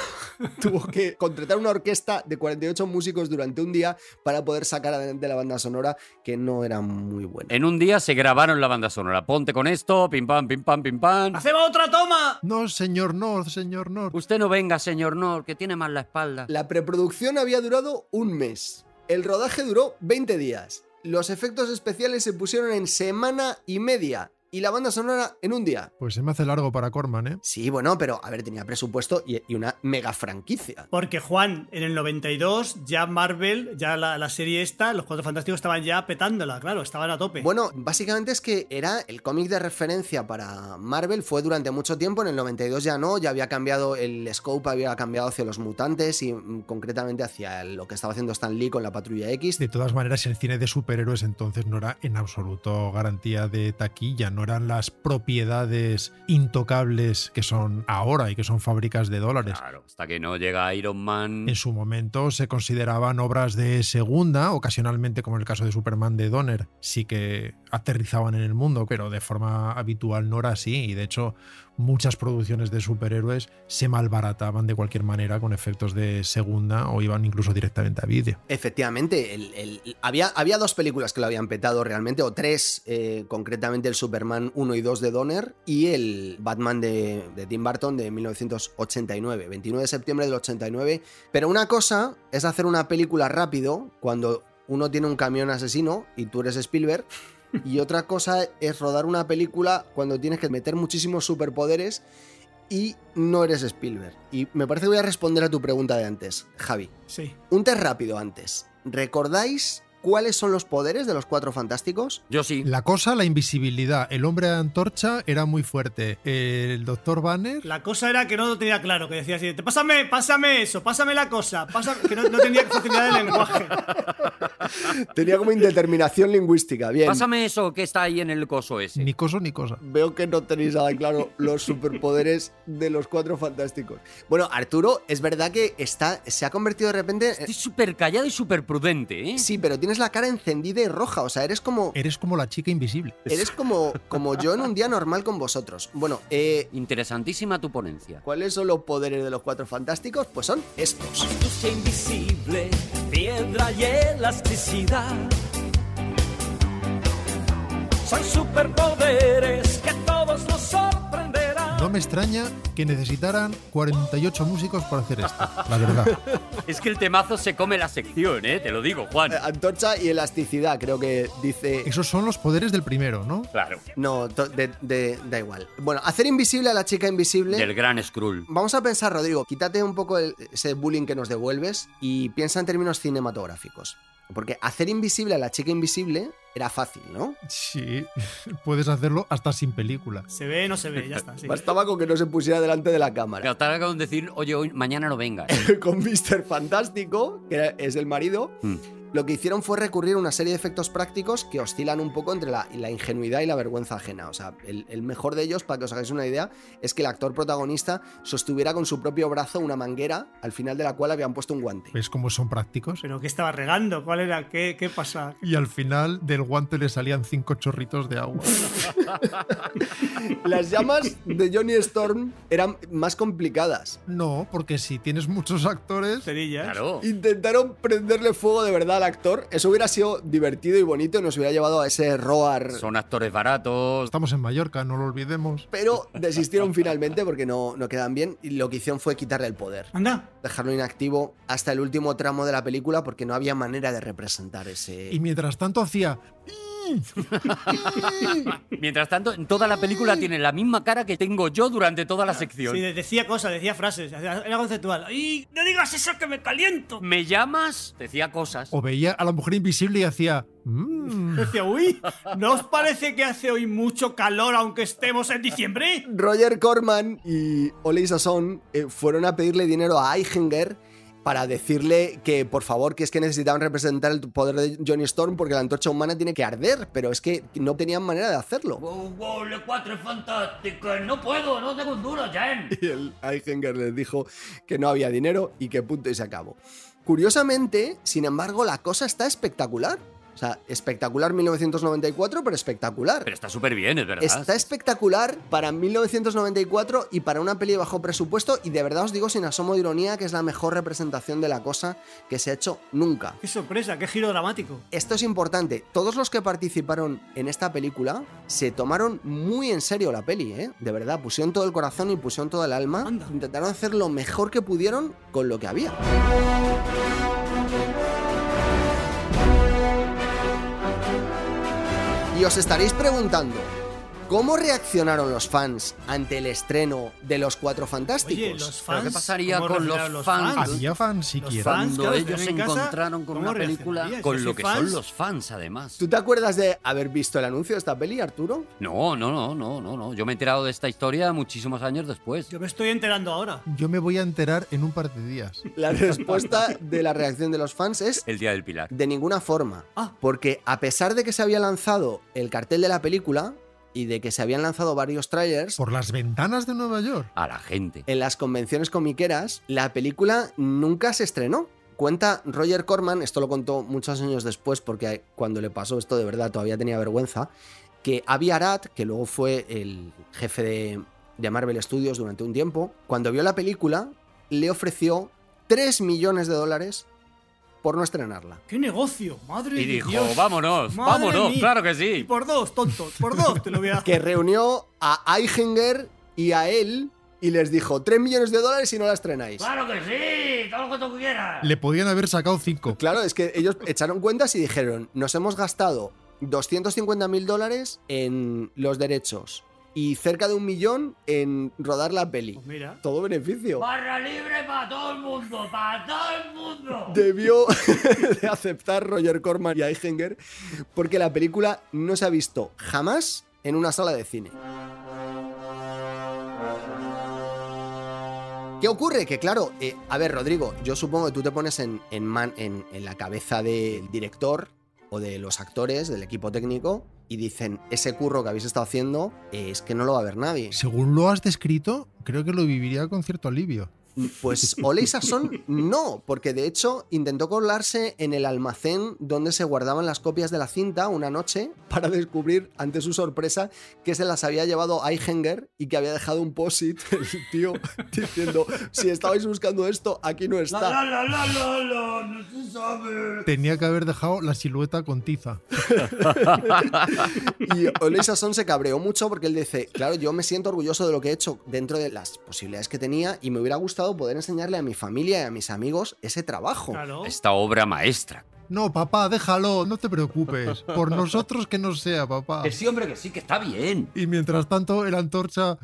S4: tuvo que contratar una orquesta de 48 músicos durante un día para poder sacar adelante la banda sonora que no era muy buena.
S1: En un día se grabaron la banda sonora. Ponte con esto, pim pam, pim pam, pim pam.
S2: ¡Hacemos otra toma!
S3: No, señor, no, Ah, señor, no.
S1: Usted no venga, señor Nor, que tiene mal la espalda.
S4: La preproducción había durado un mes. El rodaje duró 20 días. Los efectos especiales se pusieron en semana y media. Y la banda sonora en un día.
S3: Pues se me hace largo para Corman, ¿eh?
S4: Sí, bueno, pero a ver, tenía presupuesto y, y una mega franquicia.
S2: Porque Juan, en el 92, ya Marvel, ya la, la serie esta, los Cuatro Fantásticos estaban ya petándola, claro, estaban a tope.
S4: Bueno, básicamente es que era el cómic de referencia para Marvel, fue durante mucho tiempo, en el 92 ya no, ya había cambiado el scope, había cambiado hacia los mutantes y mm, concretamente hacia lo que estaba haciendo Stan Lee con la patrulla X.
S3: De todas maneras, el cine de superhéroes entonces no era en absoluto garantía de taquilla, no eran las propiedades intocables que son ahora y que son fábricas de dólares.
S1: Claro, hasta que no llega Iron Man.
S3: En su momento se consideraban obras de segunda, ocasionalmente como en el caso de Superman de Donner, sí que aterrizaban en el mundo, pero de forma habitual no era así y de hecho muchas producciones de superhéroes se malbarataban de cualquier manera con efectos de segunda o iban incluso directamente a vídeo.
S4: Efectivamente, el- el- había, había dos películas que lo habían petado realmente, o tres, eh, concretamente el Superman 1 y 2 de Donner y el Batman de, de Tim Burton de 1989, 29 de septiembre del 89. Pero una cosa es hacer una película rápido cuando uno tiene un camión asesino y tú eres Spielberg. Y otra cosa es rodar una película cuando tienes que meter muchísimos superpoderes y no eres Spielberg. Y me parece que voy a responder a tu pregunta de antes, Javi.
S2: Sí.
S4: Un test rápido antes. ¿Recordáis cuáles son los poderes de los cuatro fantásticos?
S1: Yo sí.
S3: La cosa, la invisibilidad. El hombre de antorcha era muy fuerte. El doctor Banner.
S2: La cosa era que no lo tenía claro, que decía así, pásame, pásame eso, pásame la cosa, pásame", que no, no tenía facilidad de lenguaje.
S4: Tenía como indeterminación lingüística. Bien.
S1: Pásame eso que está ahí en el coso ese.
S3: Ni coso ni cosa.
S4: Veo que no tenéis nada claro los superpoderes de los cuatro fantásticos. Bueno, Arturo, es verdad que está, se ha convertido de repente.
S1: Estoy súper callado y súper prudente, ¿eh?
S4: Sí, pero tienes la cara encendida y roja. O sea, eres como.
S3: Eres como la chica invisible.
S4: Eres como, como yo en un día normal con vosotros. Bueno, eh,
S1: Interesantísima tu ponencia.
S4: ¿cuáles son los poderes de los cuatro fantásticos? Pues son estos.
S9: Astucia invisible, piedra y elasticidad. Son superpoderes que a todos nos sorprenderán.
S3: No me extraña que necesitaran 48 músicos para hacer esto, la verdad.
S1: Es que el temazo se come la sección, ¿eh? Te lo digo, Juan.
S4: Eh, Antorcha y elasticidad, creo que dice.
S3: Esos son los poderes del primero, ¿no?
S1: Claro.
S4: No, to- de- de- da igual. Bueno, hacer invisible a la chica invisible.
S1: Del gran Skrull.
S4: Vamos a pensar, Rodrigo, quítate un poco el- ese bullying que nos devuelves y piensa en términos cinematográficos. Porque hacer invisible a la chica invisible era fácil, ¿no?
S3: Sí, puedes hacerlo hasta sin película.
S2: Se ve, no se ve, ya está. sí.
S4: Bastaba con que no se pusiera delante de la cámara.
S1: Claro, te acaban de decir, oye, hoy, mañana no vengas.
S4: Con Mr. Fantástico, que era- es el marido,
S1: Mm.
S4: lo que hicieron fue recurrir a una serie de efectos prácticos que oscilan un poco entre la, la ingenuidad y la vergüenza ajena. O sea, el, el mejor de ellos, para que os hagáis una idea, es que el actor protagonista sostuviera con su propio brazo una manguera al final de la cual habían puesto un guante.
S3: ¿Ves cómo son prácticos?
S2: Pero ¿qué estaba regando? ¿Cuál era? ¿Qué, qué pasa?
S3: Y al final del guante le salían cinco chorritos de agua.
S4: Las llamas de Johnny Storm eran más complicadas.
S3: No, porque si tienes muchos actores,
S2: Cerillas.
S1: Claro.
S4: Intentaron prenderle fuego de verdad al actor. Eso hubiera sido divertido y bonito y nos hubiera llevado a ese roar.
S1: Son actores baratos.
S3: estamos en Mallorca, no lo olvidemos.
S4: Pero desistieron finalmente porque no, no quedan bien y lo que hicieron fue quitarle el poder.
S2: Anda,
S4: Dejarlo inactivo hasta el último tramo de la película porque no había manera de representar
S3: Y
S4: ese...
S3: mientras tanto hacía
S1: Mientras tanto, en toda la película tiene la misma cara que tengo yo durante toda la sección.
S2: Sí, de- decía cosas, decía frases, hacía- era conceptual. ¡Ay, no digas eso que me caliento!
S1: ¿Me llamas? Decía cosas.
S3: o veía a la mujer invisible y hacía... "Mm".
S2: Decía, uy, ¿no os parece que hace hoy mucho calor aunque estemos en diciembre?
S4: Roger Corman y Ole Sasson eh, fueron a pedirle dinero a Eichinger para decirle que por favor que es que necesitaban representar el poder de Johnny Storm porque la antorcha humana tiene que arder, pero es que no tenían manera de hacerlo.
S1: Wow, wow, le cuatro es fantástico. eh, No puedo, no tengo un duro, Jen.
S4: Y el Eichinger les dijo que no había dinero y que punto y se acabó. Curiosamente, sin embargo, la cosa está espectacular. O sea, espectacular 1994, pero espectacular.
S1: Pero está súper bien, es verdad.
S4: Está espectacular para 1994 y para una peli de bajo presupuesto y de verdad os digo sin asomo de ironía que es la mejor representación de la cosa que se ha hecho nunca.
S2: ¡Qué sorpresa, qué giro dramático!
S4: Esto es importante, todos los que participaron en esta película se tomaron muy en serio la peli, ¿eh? De verdad, pusieron todo el corazón y pusieron todo el alma,
S2: Anda.
S4: intentaron hacer lo mejor que pudieron con lo que había. Y os estaréis preguntando, ¿cómo reaccionaron los fans ante el estreno de Los Cuatro Fantásticos?
S2: Oye, los
S1: ¿Pero
S2: fans.
S1: qué pasaría
S2: ¿cómo
S1: con
S2: reaccionaron
S1: los fans?
S3: Había fans
S2: Los
S3: siquiera.
S2: fans,
S1: Cuando
S2: claro,
S1: ellos se
S2: en casa,
S1: encontraron con
S2: ¿cómo
S1: una película
S2: reaccionarías?
S1: con
S2: Yo
S1: lo
S2: soy
S1: que
S2: fans.
S1: son los fans, además.
S4: ¿Tú te acuerdas de haber visto el anuncio de esta peli, Arturo?
S1: No, no, no, no, no, no. Yo me he enterado de esta historia muchísimos años después.
S2: Yo me estoy enterando ahora.
S3: Yo me voy a enterar en un par de días.
S4: La respuesta de la reacción de los fans es
S1: El día del Pilar.
S4: De ninguna forma.
S2: Ah.
S4: Porque a pesar de que se había lanzado el cartel de la película y de que se habían lanzado varios trailers,
S3: Por las ventanas de Nueva York.
S1: A la gente.
S4: en las convenciones comiqueras, la película nunca se estrenó. Cuenta Roger Corman, esto lo contó muchos años después porque cuando le pasó esto de verdad todavía tenía vergüenza, que Avi Arad, que luego fue el jefe de, de Marvel Studios durante un tiempo, cuando vio la película le ofreció 3 millones de dólares por no estrenarla.
S2: ¡Qué negocio! ¡Madre
S1: Y
S2: de
S1: dijo,
S2: Dios!
S1: vámonos,
S2: Madre
S1: vámonos,
S2: mía.
S1: claro que
S2: Y
S1: sí.
S2: por dos, tontos, por dos, te lo voy a.
S4: que reunió a Eichinger y a él y les dijo 3 millones de dólares y no la estrenáis.
S1: Claro que sí, todo lo que tú quieras.
S3: Le podían haber sacado cinco.
S4: Claro, es que ellos echaron cuentas y dijeron, nos hemos gastado 250 mil dólares en los derechos y cerca de un millón en rodar la peli.
S2: Pues mira.
S4: Todo beneficio.
S9: Barra libre para todo el mundo, para todo el mundo.
S4: Debió de aceptar Roger Corman y Eichinger porque la película no se ha visto jamás en una sala de cine. ¿Qué ocurre? Que claro, eh, a ver, Rodrigo, yo supongo que tú te pones en, en man- en- en la cabeza del director o de los actores, del equipo técnico, y dicen, ese curro que habéis estado haciendo eh, es que no lo va a ver nadie.
S3: Según lo has descrito, creo que lo viviría con cierto alivio.
S4: Pues Ole y Sasson no, porque de hecho intentó colarse en el almacén donde se guardaban las copias de la cinta una noche para descubrir, ante su sorpresa, que se las había llevado Eichinger y que había dejado un post-it el tío diciendo: Si estabais buscando esto, aquí no
S9: La la
S4: está.
S9: la la la la, no se sabe.
S3: Tenía que haber dejado la silueta con tiza.
S4: Y Ole Sasson se cabreó mucho porque él dice: Claro, yo me siento orgulloso de lo que he hecho dentro de las posibilidades que tenía y me hubiera gustado poder enseñarle a mi familia y a mis amigos ese trabajo.
S2: Claro.
S1: Esta obra maestra.
S3: No, papá, déjalo, no te preocupes. Por nosotros que no sea, papá.
S1: Que sí, hombre, que sí, que está bien.
S3: Y mientras tanto, el antorcha.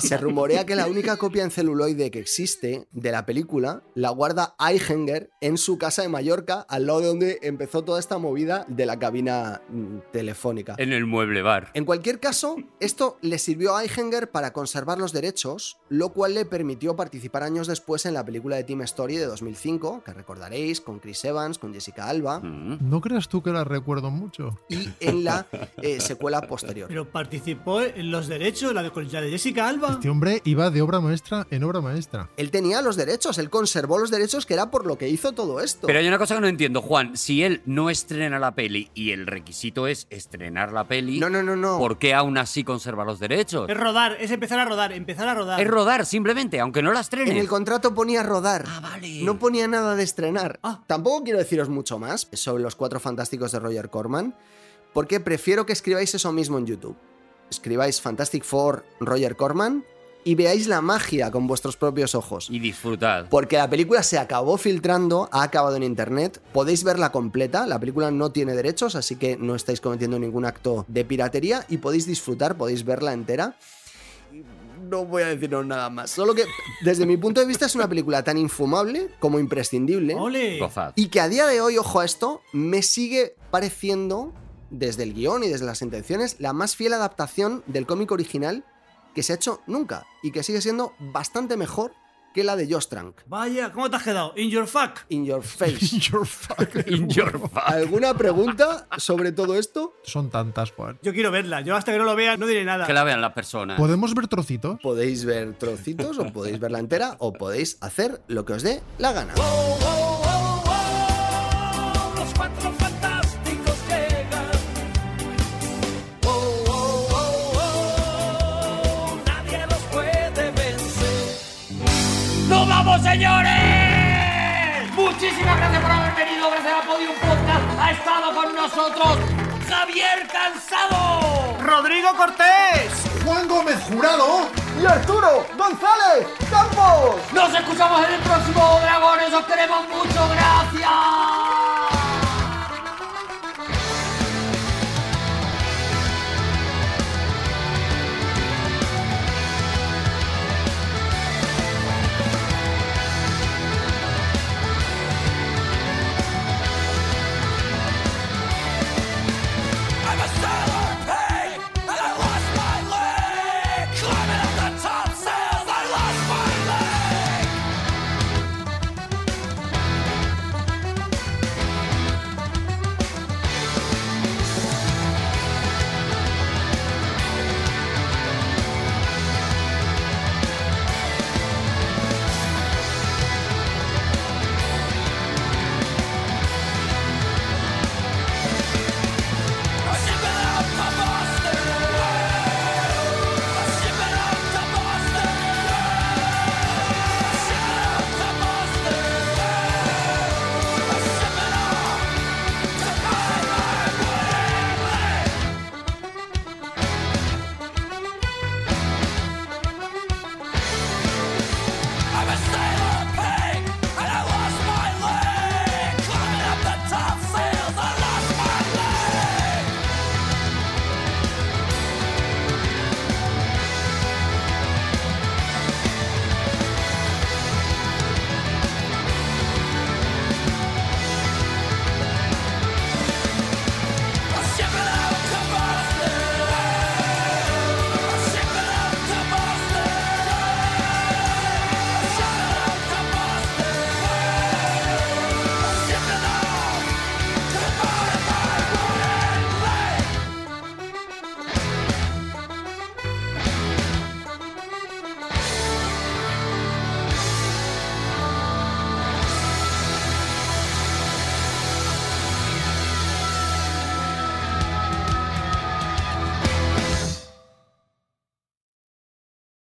S4: Se rumorea que la única copia en celuloide que existe de la película la guarda Eichinger en su casa de Mallorca, al lado de donde empezó toda esta movida de la cabina mm, telefónica.
S1: En el mueble bar.
S4: En cualquier caso, esto le sirvió a Eichinger para conservar los derechos, lo cual le permitió participar años después en la película de Team Story de 2005, que recordaréis, con Chris Evans, con Jessica Alba,
S1: Mm.
S3: No creas tú que la recuerdo mucho.
S4: y en la eh, secuela posterior.
S2: Pero participó en los derechos, la de, con la de Jessica Alba.
S3: Este hombre iba de obra maestra en obra maestra.
S4: Él tenía los derechos, él conservó los derechos que era por lo que hizo todo esto.
S1: Pero hay una cosa que no entiendo, Juan. Si él no estrena la peli y el requisito es estrenar la peli,
S4: No, no, no, no.
S1: ¿por qué aún así conserva los derechos?
S2: Es rodar, es empezar a rodar, empezar a rodar.
S1: Es rodar simplemente, aunque no la
S4: En
S1: estrene.
S4: el contrato ponía rodar.
S1: Ah, vale.
S4: No ponía nada de estrenar.
S2: Ah.
S4: Tampoco quiero deciros mucho más sobre los cuatro fantásticos de Roger Corman, porque prefiero que escribáis eso mismo en YouTube. Escribáis Fantastic Four Roger Corman y veáis la magia con vuestros propios ojos.
S1: Y disfrutad.
S4: Porque la película se acabó filtrando, ha acabado en internet, podéis verla completa, la película no tiene derechos, así que no estáis cometiendo ningún acto de piratería y podéis disfrutar, podéis verla entera. No voy a deciros nada más, solo que desde mi punto de vista es una película tan infumable como imprescindible
S2: ¡Ole!
S1: Gozad.
S4: y que a día de hoy, ojo a esto, me sigue pareciendo, desde el guión y desde las intenciones, la más fiel adaptación del cómic original que se ha hecho nunca y que sigue siendo bastante mejor que la de Josh Trank.
S2: Vaya, ¿cómo te has quedado? In your fuck.
S4: In your face.
S3: Your fuck.
S1: In your face.
S4: ¿Alguna pregunta sobre todo esto?
S3: Son tantas, Juan.
S2: Yo quiero verla. Yo hasta que no lo vea no diré nada.
S1: Que la vean las personas.
S3: ¿Podemos ver trocitos?
S4: Podéis ver trocitos o podéis verla entera o podéis hacer lo que os dé la gana.
S9: Oh, oh, oh, oh, los cuatro fantásticos llegan. Oh, oh, oh, oh, nadie los puede vencer. ¡No vamos, señores! Muchísimas gracias por haber venido. Gracias a Podium Podcast. Ha estado con nosotros Javier Cansado.
S2: ¡Rodrigo Cortés!
S4: Juan Gómez Jurado y Arturo González Campos.
S9: Nos escuchamos en el próximo Dragones. Os queremos mucho. Gracias.